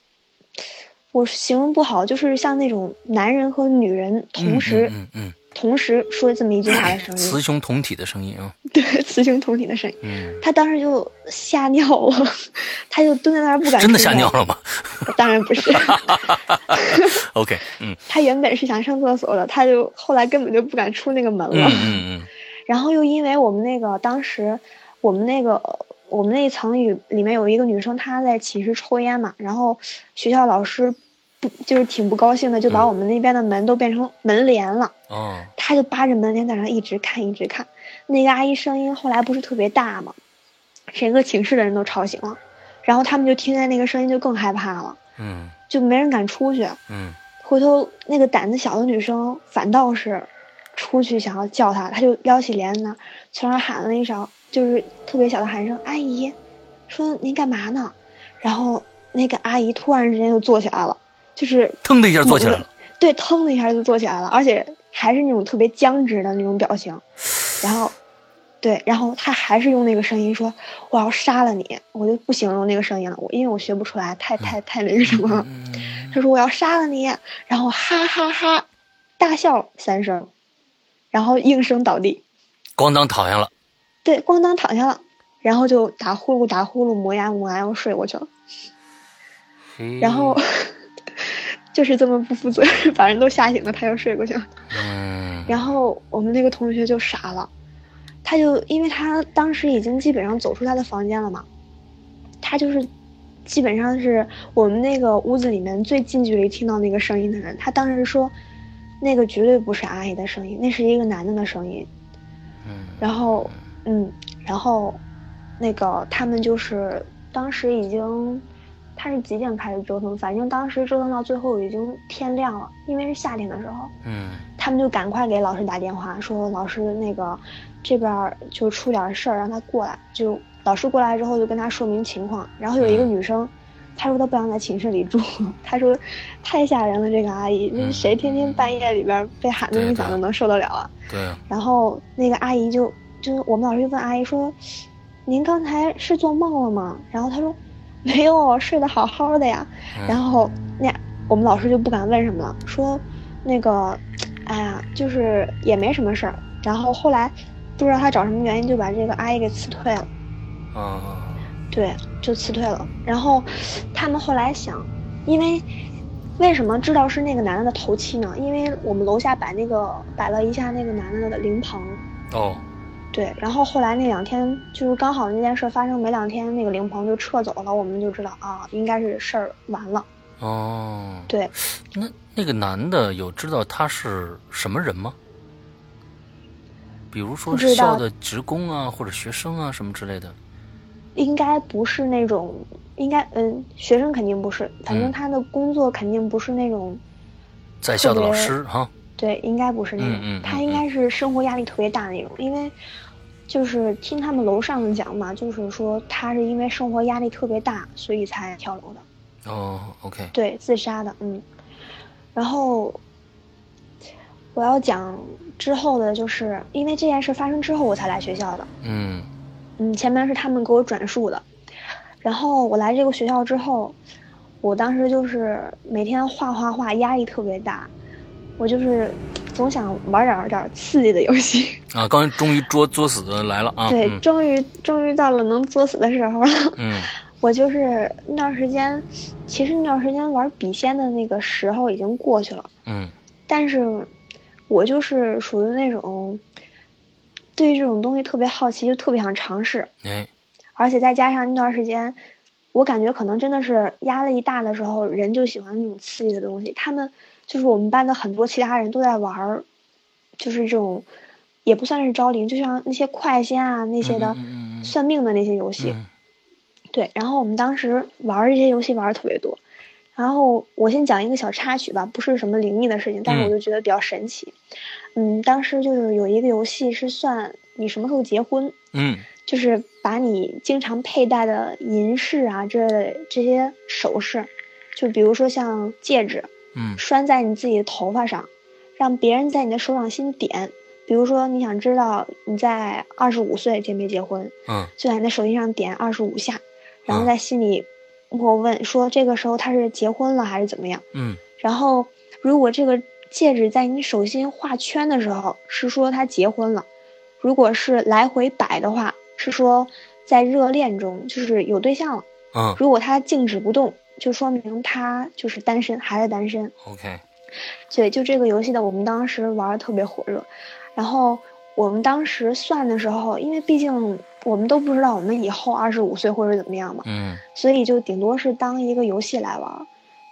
我形容不好，就是像那种男人和女人同时、
嗯嗯
同时说这么一句话的声
嗯，
音，
雌雄同体的声音啊，
[LAUGHS] 对，雌雄同体的声音。
嗯，
他当时就吓尿了， [LAUGHS] 他就蹲在那儿不敢
真的
出
吓
来
尿，了吗 [LAUGHS]
当然不是，
？OK，嗯
他原本是想上厕所的，他就后来根本就不敢出那个门了。
嗯嗯
然后又因为我们那个当时，我们那个我们那一层里里面有一个女生，她在寝室抽烟嘛，然后学校老师不就是挺不高兴的，就把
嗯
我们那边的门都变成门帘了，
嗯，哦，
她就扒着门帘在那一直看一直看。那个阿姨声音后来不是特别大嘛，整个寝室的人都吵醒了，然后他们就听见那个声音就更害怕了，
嗯
就没人敢出去。
嗯
回头那个胆子小的女生反倒是出去想要叫他，他就撩起帘子呢，从那儿喊了一声，就是特别小的喊一声“阿姨”，说您干嘛呢？然后那个阿姨突然之间就坐起来了，就是
腾的一下坐起来了，
对，腾的一下就坐起来了，而且还是那种特别僵直的那种表情。然后，对，然后他还是用那个声音说：“我要杀了你！”我就不形容那个声音了，我因为我学不出来，太太太那个什么了。
嗯
他说我要杀了你，然后哈哈哈大笑三声，然后应声倒地，
咣当躺下了。
对，咣当躺下了，然后就打呼噜打呼噜磨牙磨牙又睡过去了，然后 [LAUGHS] 就是这么不负责任把人都吓醒了，他又睡过去了，
嗯，
[LAUGHS] 然后我们那个同学就傻了，他就因为他当时已经基本上走出他的房间了嘛，他就是。基本上是我们那个屋子里面最近距离听到那个声音的人。他当时说，那个绝对不是阿姨的声音，那是一个男的的声音。
嗯
然后，嗯，然后，那个他们就是当时已经，他是几点开始折腾？反正当时折腾到最后已经天亮了，因为是夏天的时候，
嗯
他们就赶快给老师打电话，说老师那个这边儿就出点事儿，让他过来。就老师过来之后就跟他说明情况，然后有
嗯
一个女生。她说她不想在寝室里住， [LAUGHS] 她说太吓人了，这个阿姨，那
嗯
谁天天半夜里边儿被喊那
对
么
对
响的能受得了啊？
对啊，
然后那个阿姨就就我们老师就问阿姨说：“您刚才是做梦了吗？”然后她说：“没有，我睡得好好的呀。然后那我们老师就不敢问什么了，说那个，哎呀，就是也没什么事儿。然后后来不知道他找什么原因就把这个阿姨给辞退了，
啊，
对，就辞退了。然后他们后来想，因为为什么知道是那个男的的头七呢？因为我们楼下摆那个摆了一下那个男的的灵棚，
哦，
对，然后后来那两天就是刚好那件事发生没两天，那个灵棚就撤走了，我们就知道啊，应该是事儿完了。
哦，
对，
那那个男的有知道他是什么人吗？比如说
不知道
校的职工啊，或者学生啊，什么之类的。
应该不是那种，应该嗯，学生肯定不是，反正
嗯
他的工作肯定不是那种，
在校的
特
老
别
师哈，
对，应该不是那种，
嗯嗯嗯
他应该是生活压力特别大那种，因为就是听他们楼上讲嘛，就是说他是因为生活压力特别大，所以才跳楼的。
哦，OK，
对，自杀的，嗯。然后我要讲之后的，就是因为这件事发生之后，我才来学校的。
嗯
嗯，前面是他们给我转述的。然后我来这个学校之后，我当时就是每天画画画，压力特别大。我就是总想玩点儿点儿刺激的游戏。
啊，刚才终于捉作死的来了啊，
对，
嗯
终于终于到了能作死的时候了。 [LAUGHS]
嗯
我就是那段时间，其实那段时间玩笔仙的那个时候已经过去了。
嗯
但是，我就是属于那种对于这种东西特别好奇，就特别想尝试，
哎，
而且再加上那段时间，我感觉可能真的是压力大的时候，人就喜欢那种刺激的东西。他们就是我们班的很多其他人都在玩儿，就是这种也不算是招灵，就像那些快仙啊那些的
嗯嗯嗯嗯
算命的那些游戏。
嗯
对，然后我们当时玩儿这些游戏玩儿得特别多。然后我先讲一个小插曲吧，不是什么灵异的事情，但是
嗯
我就觉得比较神奇。嗯当时就是有一个游戏是算你什么时候结婚，
嗯
就是把你经常佩戴的银饰啊这这些首饰，就比如说像戒指，
嗯
拴在你自己的头发上，让别人在你的手掌心点。比如说你想知道你在二十五岁结没结婚，
嗯
就在你的手机上点二十五下，然
嗯
后在心里默问说这个时候他是结婚了还是怎么样。
嗯
然后如果这个戒指在你手心画圈的时候是说他结婚了，如果是来回摆的话是说在热恋中就是有对象了。
嗯
如果他静止不动，就说明他就是单身还是单身。
，OK，
所以就这个游戏的，我们当时玩的特别火热。然后我们当时算的时候，因为毕竟我们都不知道我们以后二十五岁或者怎么样嘛，
嗯
所以就顶多是当一个游戏来玩儿。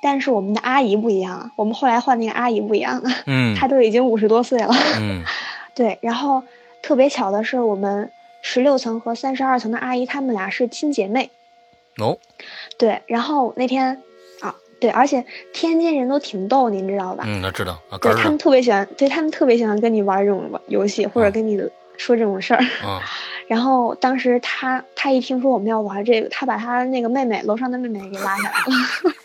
但是我们的阿姨不一样啊，我们后来换那个阿姨不一样啊，
嗯
她都已经五十多岁了。
嗯
对，然后特别巧的是，我们十六层和三十二层的阿姨，她们俩是亲姐妹。
哦
对，然后那天啊，对，而且天津人都挺逗，您知道吧？
嗯，那知道啊，
对
杆
他
儿
们特别喜欢，对他们特别喜欢跟你玩这种游戏，或者
嗯
跟你说这种事儿。 [LAUGHS]
啊，
然后当时他他一听说我们要玩这个，他把他那个妹妹楼上的妹妹给拉下来了。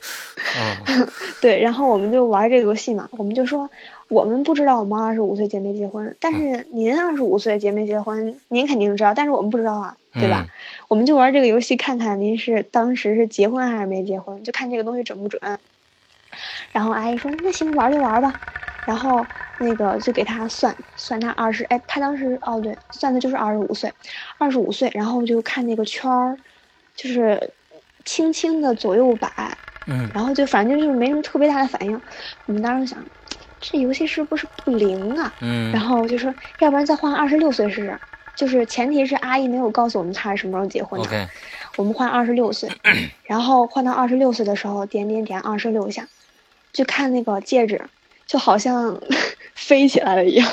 嗯
对，然后我们就玩这个游戏嘛，我们就说我们不知道我们二十五岁结没结婚，但是您二十五岁结没结婚，您肯定知道，但是我们不知道啊， [LAUGHS] 对吧？我们就玩这个游戏，看看您是当时是结婚还是没结婚，就看这个东西准不准。然后阿姨说：“那行，玩就玩吧。”然后那个就给他算算他二十，哎，他当时哦对，算的就是二十五岁，二十五岁。然后就看那个圈儿，就是轻轻的左右摆，
嗯
然后就反正就是没什么特别大的反应。我们当时想，这游戏是不是不灵啊？
嗯，
然
后
后就说，要不然再换二十六岁试试，就是前提是阿姨没有告诉我们她是什么时候结婚的。
OK，
我们换二十
[CLEARS THROAT]
六岁，然后换到二十六岁的时候，点点点二十六下，就看那个戒指，就好像 [LAUGHS] 飞起来了一样，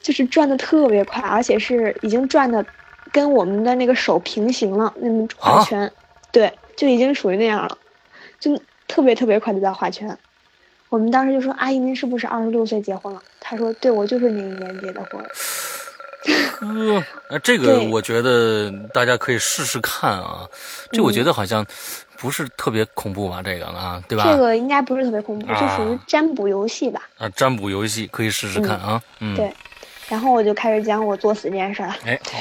就是转的特别快，而且是已经转的跟我们的那个手平行了，那么画
啊
圈，对，就已经属于那样了，就特别特别快的在画圈。我们当时就说：“阿姨，您是不是二十六岁结婚了？”她说：“对，我就是那一年结的婚。
呃，呃这个
对
我觉得大家可以试试看啊，这我觉得好像不是特别恐怖吧，这个啊，对”吧？
这个应该不是特别恐怖，就属于
啊
占卜游戏吧。
啊，占卜游戏可以试试看啊，嗯，哎
对，然后我就开始讲我作死这件事儿了。
哎，好，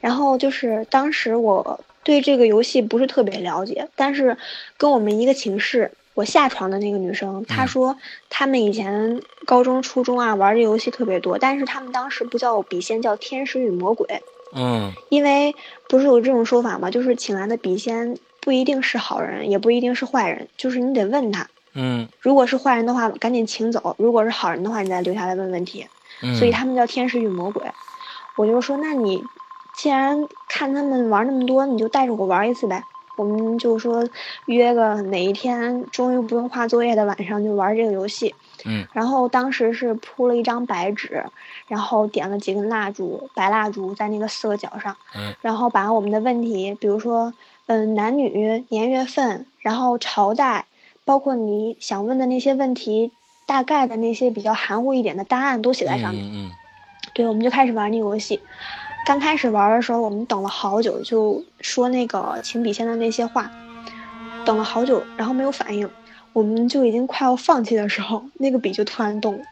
然后就是当时我对这个游戏不是特别了解，但是跟我们一个寝室，我下床的那个女生，她说她们以前高中、初中啊玩这游戏特别多，但是她们当时不叫笔仙，叫天使与魔鬼，
嗯
因为不是有这种说法吗？就是请来的笔仙不一定是好人，也不一定是坏人，就是你得问他，
嗯
如果是坏人的话，赶紧请走；如果是好人的话，你再留下来问问题。
嗯，
所以他们叫天使与魔鬼。我就说，那你既然看他们玩那么多，你就带着我玩一次呗。我们就说约个哪一天，终于不用画作业的晚上就玩这个游戏。
嗯，
然后当时是铺了一张白纸，然后点了几根蜡烛，白蜡烛在那个四个角上，
嗯
然后把我们的问题，比如说，嗯、男女、年月份，然后朝代，包括你想问的那些问题，大概的那些比较含糊一点的答案都写在上面。
嗯
对，我们就开始玩那个游戏。刚开始玩的时候，我们等了好久，就说那个请笔仙的那些话，等了好久，然后没有反应，我们就已经快要放弃的时候，那个笔就突然动了，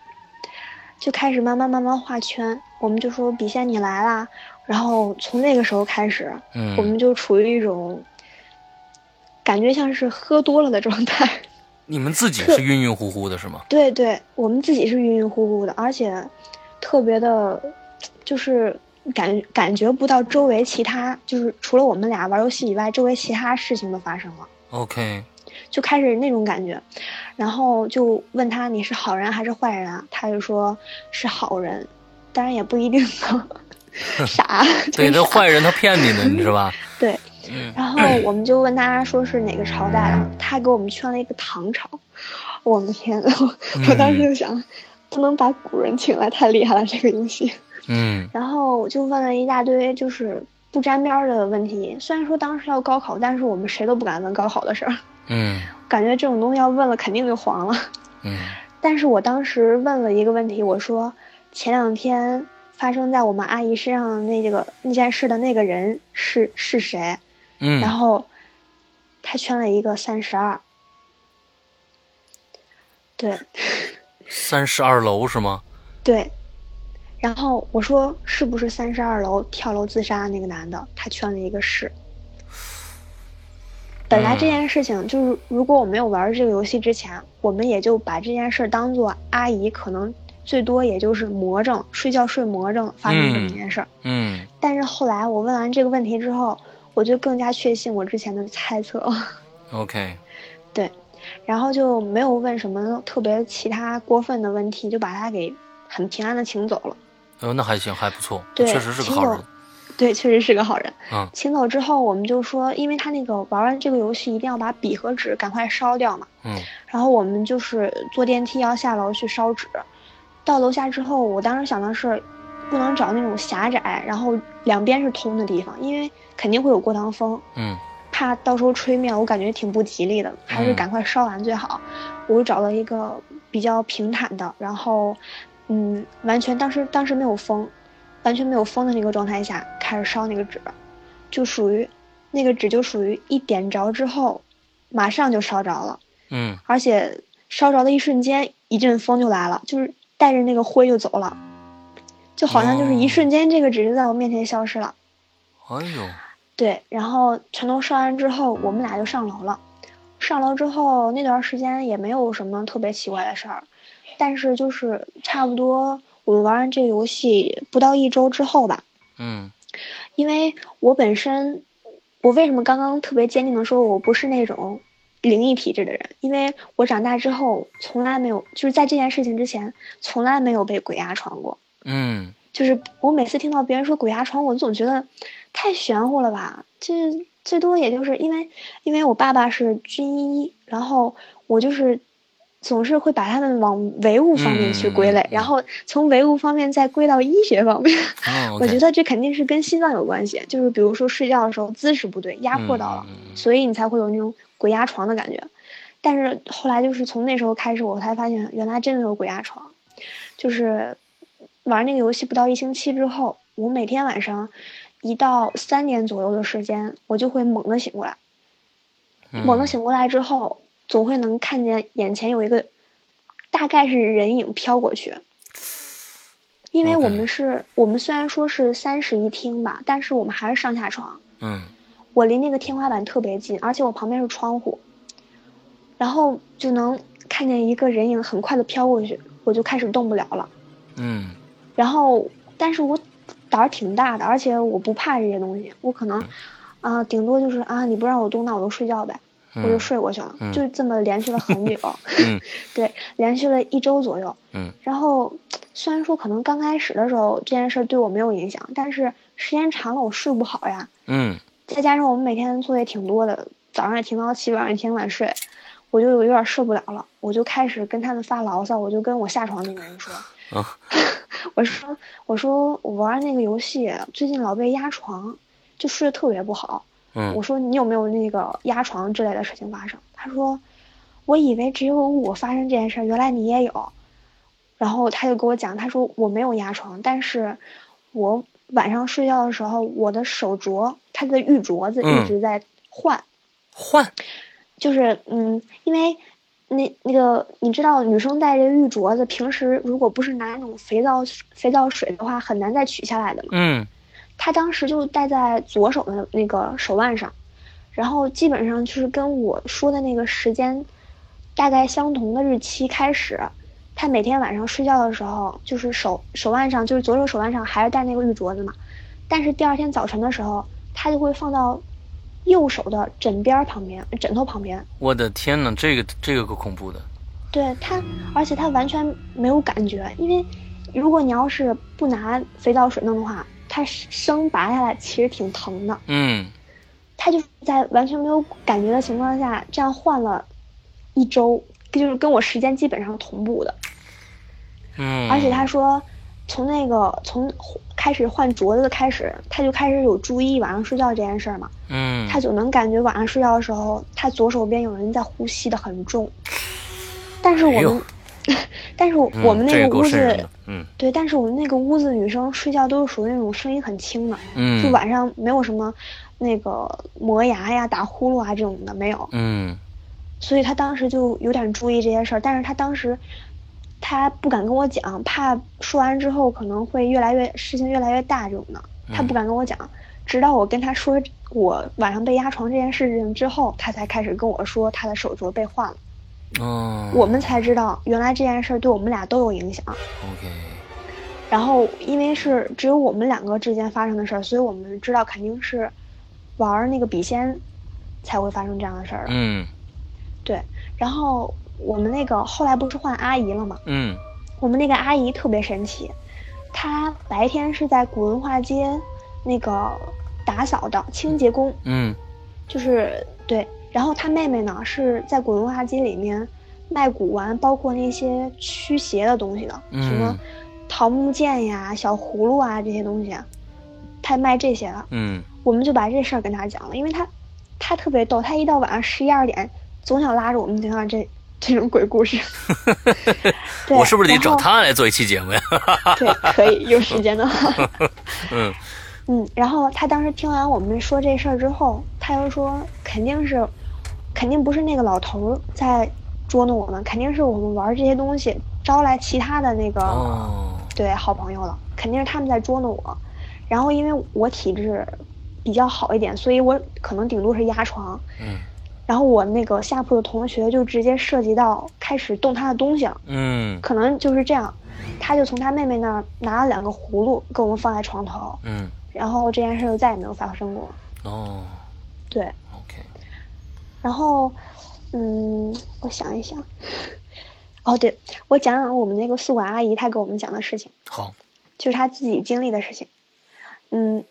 就开始慢慢慢慢画圈。我们就说笔仙你来啦，然后从那个时候开始，
嗯
我
嗯，
们就处于一种感觉像是喝多了的状态。
你们自己是晕晕乎乎的是吗？
对对，我们自己是晕晕乎乎的，而且特别的，就是感感觉不到周围其他，就是除了我们俩玩游戏以外，周围其他事情都发生了，
OK，
就开始那种感觉。然后就问他你是好人还是坏人啊？他就说是好人，当然也不一定 [LAUGHS] 呢，傻。
对，
真
那
傻
坏人他骗你呢，你是吧？
[LAUGHS] 对。
嗯
然后我们就问他说是哪个朝代的，他给我们圈了一个唐朝。我的天呐，我我当时就想，不能把古人请来，太厉害了这个游戏。
嗯
然后我就问了一大堆就是不沾边儿的问题。虽然说当时要高考，但是我们谁都不敢问高考的事儿，
嗯
感觉这种东西要问了肯定就黄了。
嗯
但是我当时问了一个问题，我说前两天发生在我们阿姨身上的那个那件事的那个人是是谁？
嗯，
然后他圈了一个三十二，对
三十二楼是吗？
对。然后我说是不是三十二楼跳楼自杀那个男的？他圈了一个是。本来
嗯
这件事情就是，如果我没有玩这个游戏之前，我们也就把这件事当做阿姨可能最多也就是魔怔，睡觉睡魔怔发生这么一件事儿。
嗯
但是后来我问完这个问题之后，我就更加确信我之前的猜测了。
，OK，
然后就没有问什么特别其他过分的问题，就把他给很平安的请走了。
哦，那还行，还不错，
对
确实是个好人
挺。对，确实是个好人。
嗯
请走之后，我们就说，因为他那个玩完这个游戏一定要把笔和纸赶快烧掉嘛。
嗯
然后我们就是坐电梯要下楼去烧纸，到楼下之后，我当时想的是，不能找那种狭窄，然后两边是通的地方，因为肯定会有过堂风。
嗯
怕到时候吹灭，我感觉挺不吉利的，还是
嗯
赶快烧完最好。我就找了一个比较平坦的，然后，嗯，完全当时当时没有风，完全没有风的那个状态下开始烧那个纸，就属于那个纸就属于一点着之后，马上就烧着了，
嗯
而且烧着的一瞬间，一阵风就来了，就是带着那个灰就走了，就好像就是一
哦
瞬间这个纸就在我面前消失了。
哎呦，
对，然后全都烧完之后，我们俩就上楼了。上楼之后那段时间也没有什么特别奇怪的事儿，但是就是差不多我们玩完这个游戏不到一周之后吧，
嗯
因为我本身，我为什么刚刚特别坚定的说我不是那种灵异体质的人？因为我长大之后从来没有，就是在这件事情之前从来没有被鬼压床过。
嗯
就是我每次听到别人说鬼压床，我总觉得太玄乎了吧？这最多也就是因为，因为我爸爸是军医，然后我就是总是会把他们往唯物方面去归类，
嗯嗯嗯
然后从唯物方面再归到医学方面。
嗯，
我觉得这肯定是跟心脏有关系，就是比如说睡觉的时候姿势不对，压迫到了，
嗯嗯嗯
所以你才会有那种鬼压床的感觉。但是后来就是从那时候开始，我才发现原来真的有鬼压床，就是玩那个游戏不到一星期之后，我每天晚上一到三点左右的时间，我就会猛地醒过来，
嗯
猛地醒过来之后，总会能看见眼前有一个大概是人影飘过去。因为
OK
我们是我们虽然说是三室一厅吧，但是我们还是上下床。
嗯
我离那个天花板特别近，而且我旁边是窗户，然后就能看见一个人影很快的飘过去，我就开始动不了了。
嗯
然后，但是我胆儿挺大的，而且我不怕这些东西，我可能啊、顶多就是啊，你不让我动，那我就睡觉呗，我就
嗯
睡过去了，
嗯
就这么连续了很久，
[LAUGHS] 嗯
对，连续了一周左右。
嗯
然后虽然说可能刚开始的时候这件事儿对我没有影响，但是时间长了我睡不好呀，
嗯
再加上我们每天作业挺多的，早上也挺早起，晚上也挺晚睡，我就有点儿受不了了，我就开始跟他们发牢骚，我就跟我下床那个人说，
啊
[LAUGHS] 我说我说我玩儿那个游戏最近老被压床，就睡得特别不好，
嗯
我说你有没有那个压床之类的事情发生？他说，我以为只有我发生这件事儿，原来你也有。然后他就给我讲，他说我没有压床，但是我晚上睡觉的时候，我的手镯，它的玉镯子
嗯
一直在换，
换
就是嗯，因为那那个你知道，女生戴这个玉镯子，平时如果不是拿那种肥皂肥皂水的话，很难再取下来的嘛。
嗯
他当时就戴在左手的那个手腕上，然后基本上就是跟我说的那个时间大概相同的日期开始，他每天晚上睡觉的时候，就是手手腕上就是左手手腕上还是戴那个玉镯子嘛，但是第二天早晨的时候，他就会放到右手的枕边儿旁边枕头旁边，
我的天呐，这个这个够恐怖的，
对他，而且他完全没有感觉，因为如果你要是不拿肥皂水弄的话，它生拔下来其实挺疼的。
嗯
他就是在完全没有感觉的情况下，这样换了一周，就是跟我时间基本上同步的。
嗯，
而且他说，从那个从开始换镯子开始，他就开始有注意晚上睡觉这件事儿嘛，
嗯
他就能感觉晚上睡觉的时候，他左手边有人在呼吸的很重。但是我
哎
们， [LAUGHS]
呦
但是
嗯
我们
这
那个
够
屋
瘆人
子
的，嗯
对，但是我们那个屋子女生睡觉都是属于那种声音很轻的，
嗯
就晚上没有什么那个磨牙呀、打呼噜啊这种的没有，
嗯
所以他当时就有点注意这些事儿，但是他当时他不敢跟我讲，怕说完之后可能会越来越事情越来越大这种的，
嗯
他不敢跟我讲。直到我跟他说我晚上被压床这件事情之后，他才开始跟我说他的手镯被换了，
哦，
我们才知道原来这件事儿对我们俩都有影响。
OK
然后因为是只有我们两个之间发生的事儿，所以我们知道肯定是玩儿那个笔仙才会发生这样的事儿的。
嗯
对，然后我们那个后来不是换阿姨了嘛，
嗯
我们那个阿姨特别神奇，她白天是在古文化街那个打扫的清洁工，
嗯
就是对，然后她妹妹呢是在古文化街里面卖古玩，包括那些驱邪的东西的，
嗯
什么桃木剑呀、小葫芦啊这些东西，她卖这些的。
嗯
我们就把这事儿跟他讲了，因为他他特别逗，他一到晚上十一二点总想拉着我们讲讲这这种
[LAUGHS]
鬼故事。对，
我是不是得
然
找
后？
他来做一期节目呀？ [LAUGHS]
对，可以有时间的话。
嗯
嗯，然后他当时听完我们说这事儿之后，他又说肯定是，肯定不是那个老头儿在捉弄我们，肯定是我们玩这些东西招来其他的那个、
哦
对好朋友了，肯定是他们在捉弄我。然后因为我体质比较好一点，所以我可能顶多是压床。
嗯
然后我那个下铺的同学就直接涉及到开始动他的东西了，
嗯
可能就是这样。他就从他妹妹那儿拿了两个葫芦给我们放在床头，
嗯
然后这件事就再也没有发生过。
哦
对，
OK
然后，嗯，我想一想，哦，对我讲讲我们那个宿管阿姨她给我们讲的事情。
好
就是他自己经历的事情。嗯，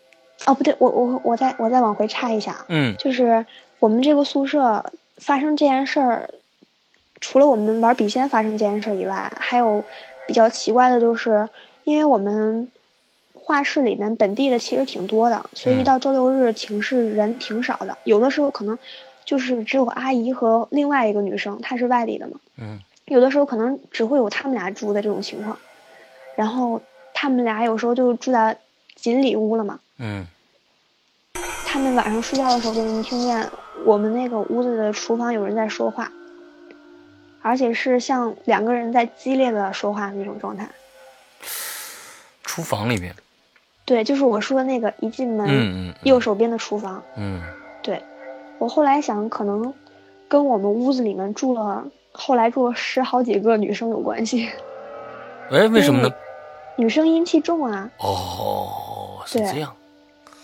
哦，不对，我我我再我再往回插一下啊，
嗯
就是我们这个宿舍发生这件事儿，除了我们玩笔仙发生这件事儿以外，还有比较奇怪的就是，因为我们画室里面本地的其实挺多的，所以
嗯
到周六日寝室人挺少的，有的时候可能就是只有阿姨和另外一个女生，她是外地的嘛。
嗯
有的时候可能只会有他们俩住的这种情况，然后他们俩有时候就住在锦里屋了嘛。
嗯
他们晚上睡觉的时候就能听见我们那个屋子的厨房有人在说话，而且是像两个人在激烈的说话那种状态。
厨房里面
对，就是我说的那个一进门、
嗯嗯嗯
右手边的厨房，
嗯
对，我后来想，可能跟我们屋子里面住了，后来住了十好几个女生有关系。 [LAUGHS]
哎，为什么呢？
嗯女生阴气重啊，
哦，是
对
这样，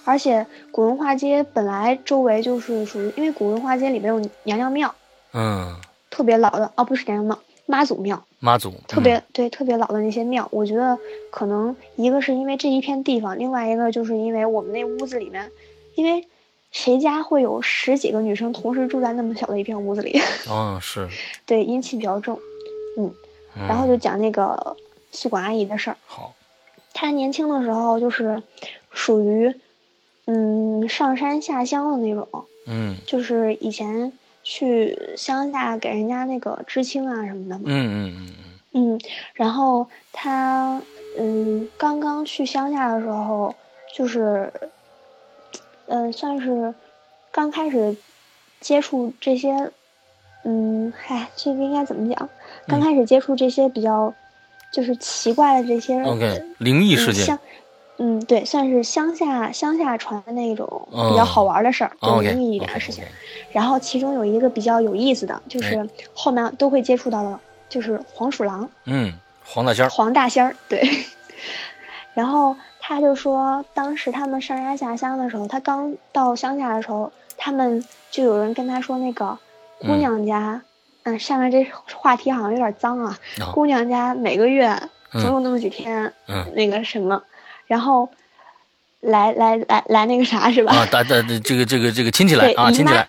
而且古文化街本来周围就是属于，因为古文化街里面有娘娘庙，
嗯，
特别老的哦，不是娘娘庙，妈祖庙，
妈祖
特别、对特别老的那些庙。我觉得可能一个是因为这一片地方，另外一个就是因为我们那屋子里面，因为谁家会有十几个女生同时住在那么小的一片屋子里， [LAUGHS]
嗯、哦是，
对阴气比较重。
嗯、
然后就讲那个宿管阿姨的事儿。
好，
他年轻的时候就是属于，嗯，上山下乡的那种，
嗯
就是以前去乡下给人家那个知青啊什么的嘛。
嗯嗯嗯
嗯，然后他，嗯，刚刚去乡下的时候，就是，嗯，算是刚开始接触这些，嗯，嗨，这个应该怎么讲？刚
嗯
开始接触这些比较，就是奇怪的这些
嗯，OK，灵异事
嗯，
件
乡，嗯，对，算是乡下乡下传的那种比
哦
较好玩的事儿，
o
就
k
灵异一点的事情。然后其中有一个比较有意思的，就
哎
是后面都会接触到的，就是黄鼠狼、
嗯，黄大仙儿，
黄大仙儿，对。 [LAUGHS] 然后他就说，当时他们上山下乡的时候，他刚到乡下的时候，他们就有人跟他说，那个姑
嗯
娘家，嗯上面这话题好像有点脏啊，
啊
姑娘家每个月总
嗯
有那么几天。
嗯
那个什么，然后来来来来那个啥是吧？
啊，大大这个这个这个亲戚来
对
啊，
姨
亲戚
妈
来，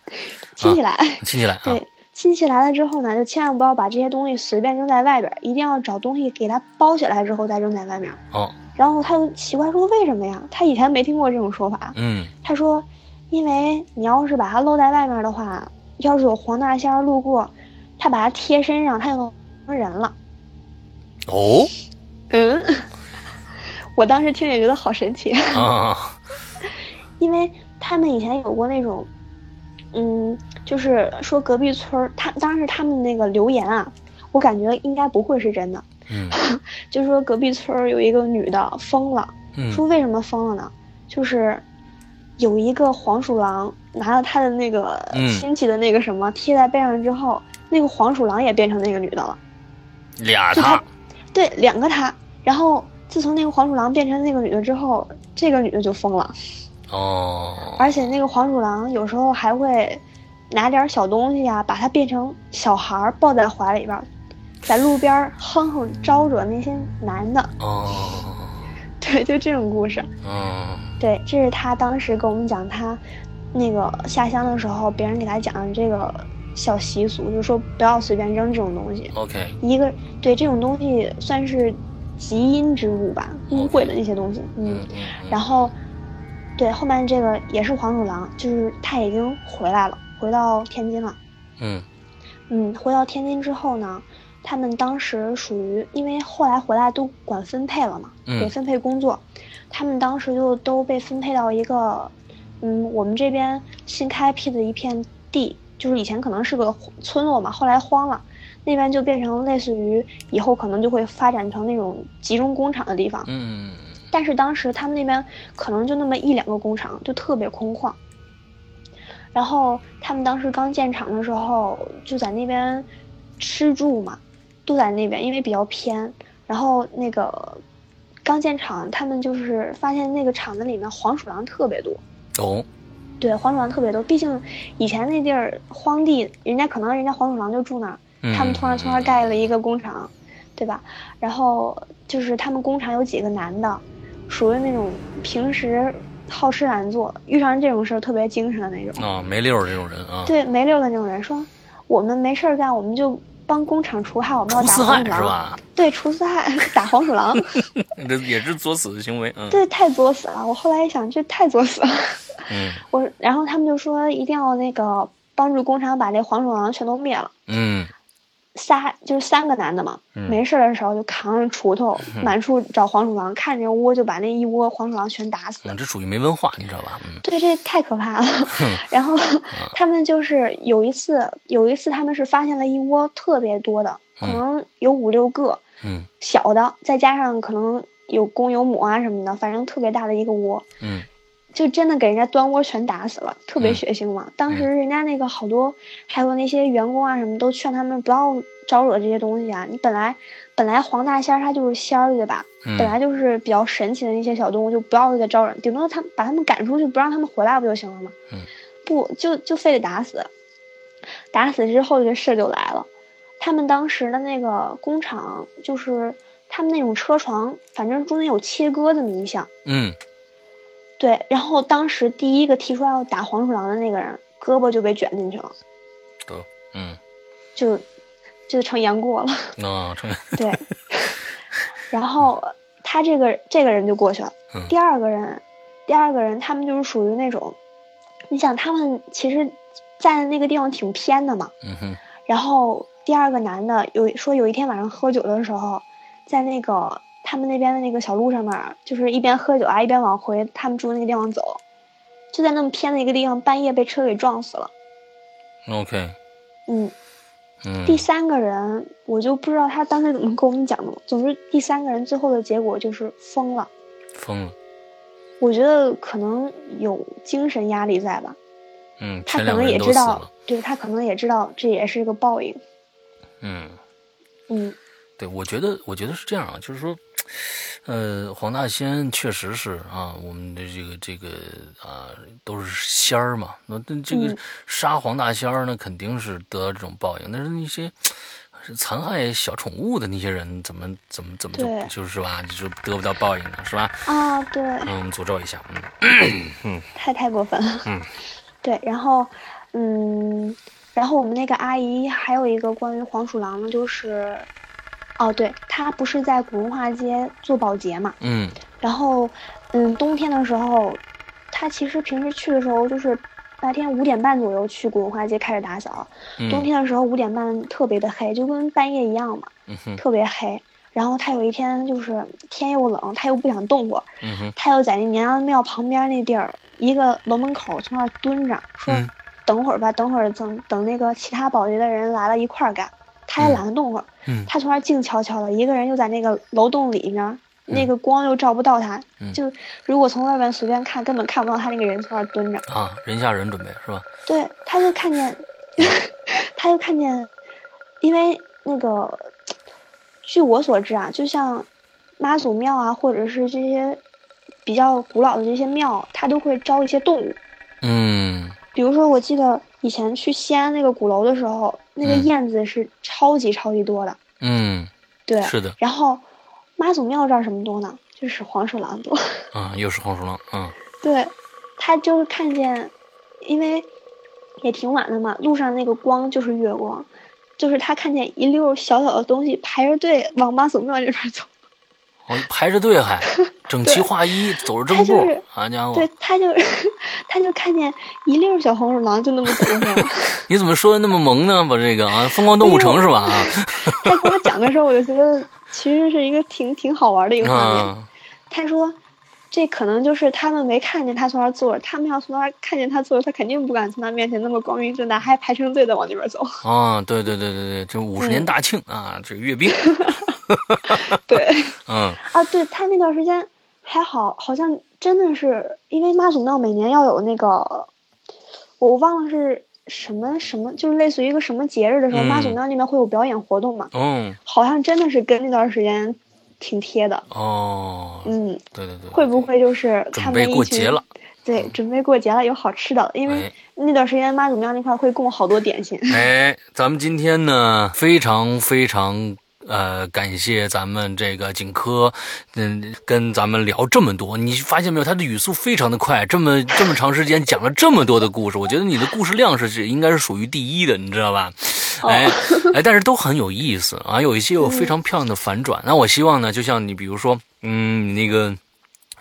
亲戚来，
亲戚来啊，
对，亲戚来了之后呢，就千万不要把这些东西随便扔在外边儿，一定要找东西给它包起来之后再扔在外面儿。
哦，
然后他就奇怪说为什么呀？他以前没听过这种说法。
嗯
他说，因为你要是把它露在外面儿的话，要是有黄大仙儿路过，他把它贴身上，他就能成人了。
哦
嗯， [LAUGHS] 我当时听也觉得好神奇。
啊，
因为他们以前有过那种，嗯，就是说隔壁村儿，他当时他们那个留言啊，我感觉应该不会是真的，
嗯
就是说隔壁村儿有一个女的疯了，
嗯
说为什么疯了呢？就是有一个黄鼠狼拿了他的那个
嗯
亲戚的那个什么贴在背上之后，那个黄鼠狼也变成那个女的了，
俩
就
他
他，对，两个他，然后。自从那个黄鼠狼变成那个女的之后，这个女的就疯了。
哦，
而且那个黄鼠狼有时候还会拿点儿小东西啊，把它变成小孩儿抱在怀里边儿，在路边儿哼哼招惹那些男的。 [LAUGHS]
哦，
对，就这种故事。
嗯
对，这是他当时跟我们讲他那个下乡的时候，别人给他讲的这个小习俗，就是说不要随便扔这种东西。
，OK，
一个对这种东西算是极阴之物吧，污秽的那些东西。嗯
嗯嗯，
然后，对，后面这个也是黄鼠狼，就是他已经回来了，回到天津了。
嗯
嗯，回到天津之后呢，他们当时属于，因为后来回来都管分配了嘛，
嗯
给分配工作，他们当时就都被分配到一个，嗯，我们这边新开辟的一片地，就是以前可能是个村落嘛，后来荒了。那边就变成类似于以后可能就会发展成那种集中工厂的地方，
嗯
但是当时他们那边可能就那么一两个工厂，就特别空旷。然后他们当时刚建厂的时候，就在那边吃住嘛，都在那边，因为比较偏。然后那个刚建厂，他们就是发现那个厂子里面黄鼠狼特别多，
哦，
对，黄鼠狼特别多。毕竟以前那地儿荒地，人家可能人家黄鼠狼就住那儿，
嗯
他们突然从那儿盖了一个工厂，对吧？然后就是他们工厂有几个男的，属于那种平时好吃懒做，遇上这种事儿特别精神的那种，
啊没溜儿这种人啊，
对没溜儿的那种人，说我们没事儿干，我们就帮工厂除害，我们要
除
打
四害
黄鼠
是
狼，
吧？
对，除四害， [LAUGHS] 打黄鼠
[LAUGHS]
狼，
这也是作死的行为，嗯
对，太作死了。我后来一想，这太作死了。
嗯
我然后他们就说一定要那个帮助工厂把这黄鼠狼全都灭了。
嗯
仨就是三个男的嘛，
嗯
没事儿的时候就扛着
[LAUGHS]
锄头满处找黄鼠狼，看见窝就把那一窝黄鼠狼全打死
嗯，。这属于没文化，你知道吧？嗯
对，这太可怕了。 [LAUGHS] 然后
啊
他们就是有一次，有一次他们是发现了一窝特别多的，可
嗯
能有五六个
嗯
小的，再加上可能有公有母啊什么的，反正特别大的一个窝。
嗯
就真的给人家端窝全打死了，特别血腥嘛。当
嗯
时人家那个好多还有那些员工啊什么都劝他们不要招惹这些东西啊。你本来本来黄大仙儿他就是仙儿对吧？
嗯
本来就是比较神奇的那些小动物，就不要再招惹，顶多他们把他们赶出去，不让他们回来不就行了吗？
嗯
不就就非得打死，打死之后这事儿就来了。他们当时的那个工厂就是他们那种车床，反正中间有切割这么一项。
嗯
对，然后当时第一个提出来要打黄鼠狼的那个人，胳膊就被卷进去了，
嗯，
就就成杨过了。
那成
对， [LAUGHS] 然后他这个这个人就过去了
嗯。
第二个人，第二个人他们就是属于那种，你想他们其实在那个地方挺偏的嘛。
嗯哼
然后第二个男的有说有一天晚上喝酒的时候，在那个他们那边的那个小路上面儿，就是一边喝酒啊一边往回他们住那个地方走，就在那么偏的一个地方，半夜被车给撞死了。
，OK，
嗯，
嗯
第三个人我就不知道他当时怎么跟我们讲的，总之第三个人最后的结果就是疯了。
疯了，
我觉得可能有精神压力在吧，
嗯，
他
前
可
两个
能
人
也
都
知
死
道
了，，
对他可能也知道这也是一个报应。
嗯。
嗯
对，我觉得，我觉得是这样啊，就是说，呃，黄大仙确实是啊，我们的这个这个啊，都是仙儿嘛。那那这个
嗯
杀黄大仙儿呢，肯定是得到这种报应。但是那些是残害小宠物的那些人，怎么怎么怎么就
对
就是吧，就得不到报应呢，是吧？
啊，对，
嗯，我们诅咒一下，嗯
太太过分了。
嗯，
[LAUGHS] 对，然后，嗯，然后我们那个阿姨还有一个关于黄鼠狼的，就是，哦，对，她不是在古文化街做保洁嘛，
嗯
然后，嗯，冬天的时候，她其实平时去的时候就是白天五点半左右去古文化街开始打扫，冬
嗯
天的时候五点半特别的黑，就跟半夜一样嘛，
嗯哼
特别黑。然后她有一天就是天又冷，她又不想动活，
嗯哼
他又在那娘娘庙旁边那地儿一个楼门口从那儿蹲着，说
嗯
等会儿吧，等会儿等等那个其他保洁的人来了一块儿干，他也懒得动会儿，
嗯
他从那儿静悄悄的，一个人又在那个楼洞里面，那个光又照不到他，
嗯
就如果从外面随便看，根本看不到他那个人从那儿蹲着。
啊，人吓人准备是吧？
对，他就
[LAUGHS]
看见，他就看见，因为那个，据我所知啊，就像妈祖庙啊，或者是这些比较古老的这些庙，它都会招一些动物。
嗯
比如说，我记得以前去西安那个鼓楼的时候，那个
嗯
燕子是超级超级多的。
嗯，
对，
是的
然后妈祖庙这儿什么多呢？就是黄鼠狼多。
啊，又是黄鼠狼，嗯
对，他就是看见，因为也挺晚了嘛，路上那个光就是月光，就是他看见一溜儿小小的东西排着队往妈祖庙这边儿走，
我哦排着队
[LAUGHS]
还整齐划一，走着正
他就
步
是，
好家伙！
对，他就 [LAUGHS] 他就看见一溜儿小黄鼠狼就那么走过去了。 [LAUGHS]
你怎么说的那么萌呢？把这个啊，《疯狂动物城》是吧？啊
他跟我讲的时候，我就觉得其实是一个挺挺好玩的一个
啊，
画面。
啊，
他说。这可能就是他们没看见他从那儿坐着，他们要从那儿看见他坐着，他肯定不敢从他面前那么光明正大，还排成队的往那边走。 [LAUGHS]
啊，对对对对对，这五十年大庆啊，这阅兵，
对，
嗯
啊，对他那段时间还好，好像真的是因为妈祖庙每年要有那个，我忘了是什么什么，就是类似于一个什么节日的时候，妈祖
嗯
庙那边会有表演活动嘛，
嗯
好像真的是跟那段时间挺贴的。
哦，
嗯，
对对对，
会不会就是他
准
们
备
一
过节
群
了？嗯
对，准备过节了，有好吃的了，因
哎
为那段时间妈祖庙那块儿会供好多点心。
哎，咱们今天呢，非常非常呃，感谢咱们这个景科，嗯，跟咱们聊这么多。你发现没有，他的语速非常的快，这么这么长时间讲了这么多的故事，我觉得你的故事量是是应该是属于第一的，你知道吧？哎
哦
哎，但是都很有意思啊，有一些有非常漂亮的反转。那我希望呢，就像你比如说，嗯，你那个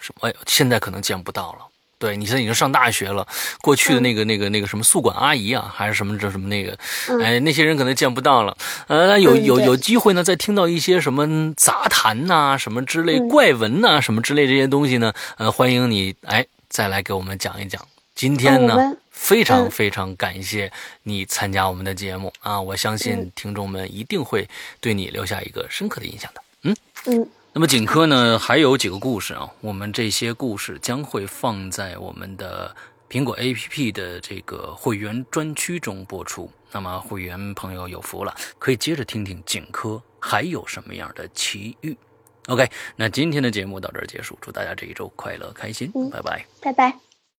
什么，哎现在可能见不到了。对你现在已经上大学了，过去的那个、那个那个什么宿管阿姨啊，还是什么这什么那个，
嗯
哎，那些人可能见不到了。呃，有
嗯
有
对
有机会呢，再听到一些什么杂谈呐、什么之类、
嗯
怪闻呐、什么之类这些东西呢，呃，欢迎你哎再来给我们讲一讲。今天呢，
嗯我们
非常
嗯
非常感谢你参加我们的节目啊！我相信
嗯
听众们一定会对你留下一个深刻的印象的。嗯，
嗯，
那那么景科呢，还有几个故事啊，我们这些故事将会放在我们的苹果 APP 的这个会员专区中播出。那么会员朋友有福了，可以接着听听景科还有什么样的奇遇。OK，那今天的节目到这儿结束，祝大家这一周快乐开心，
嗯
拜拜。
拜拜。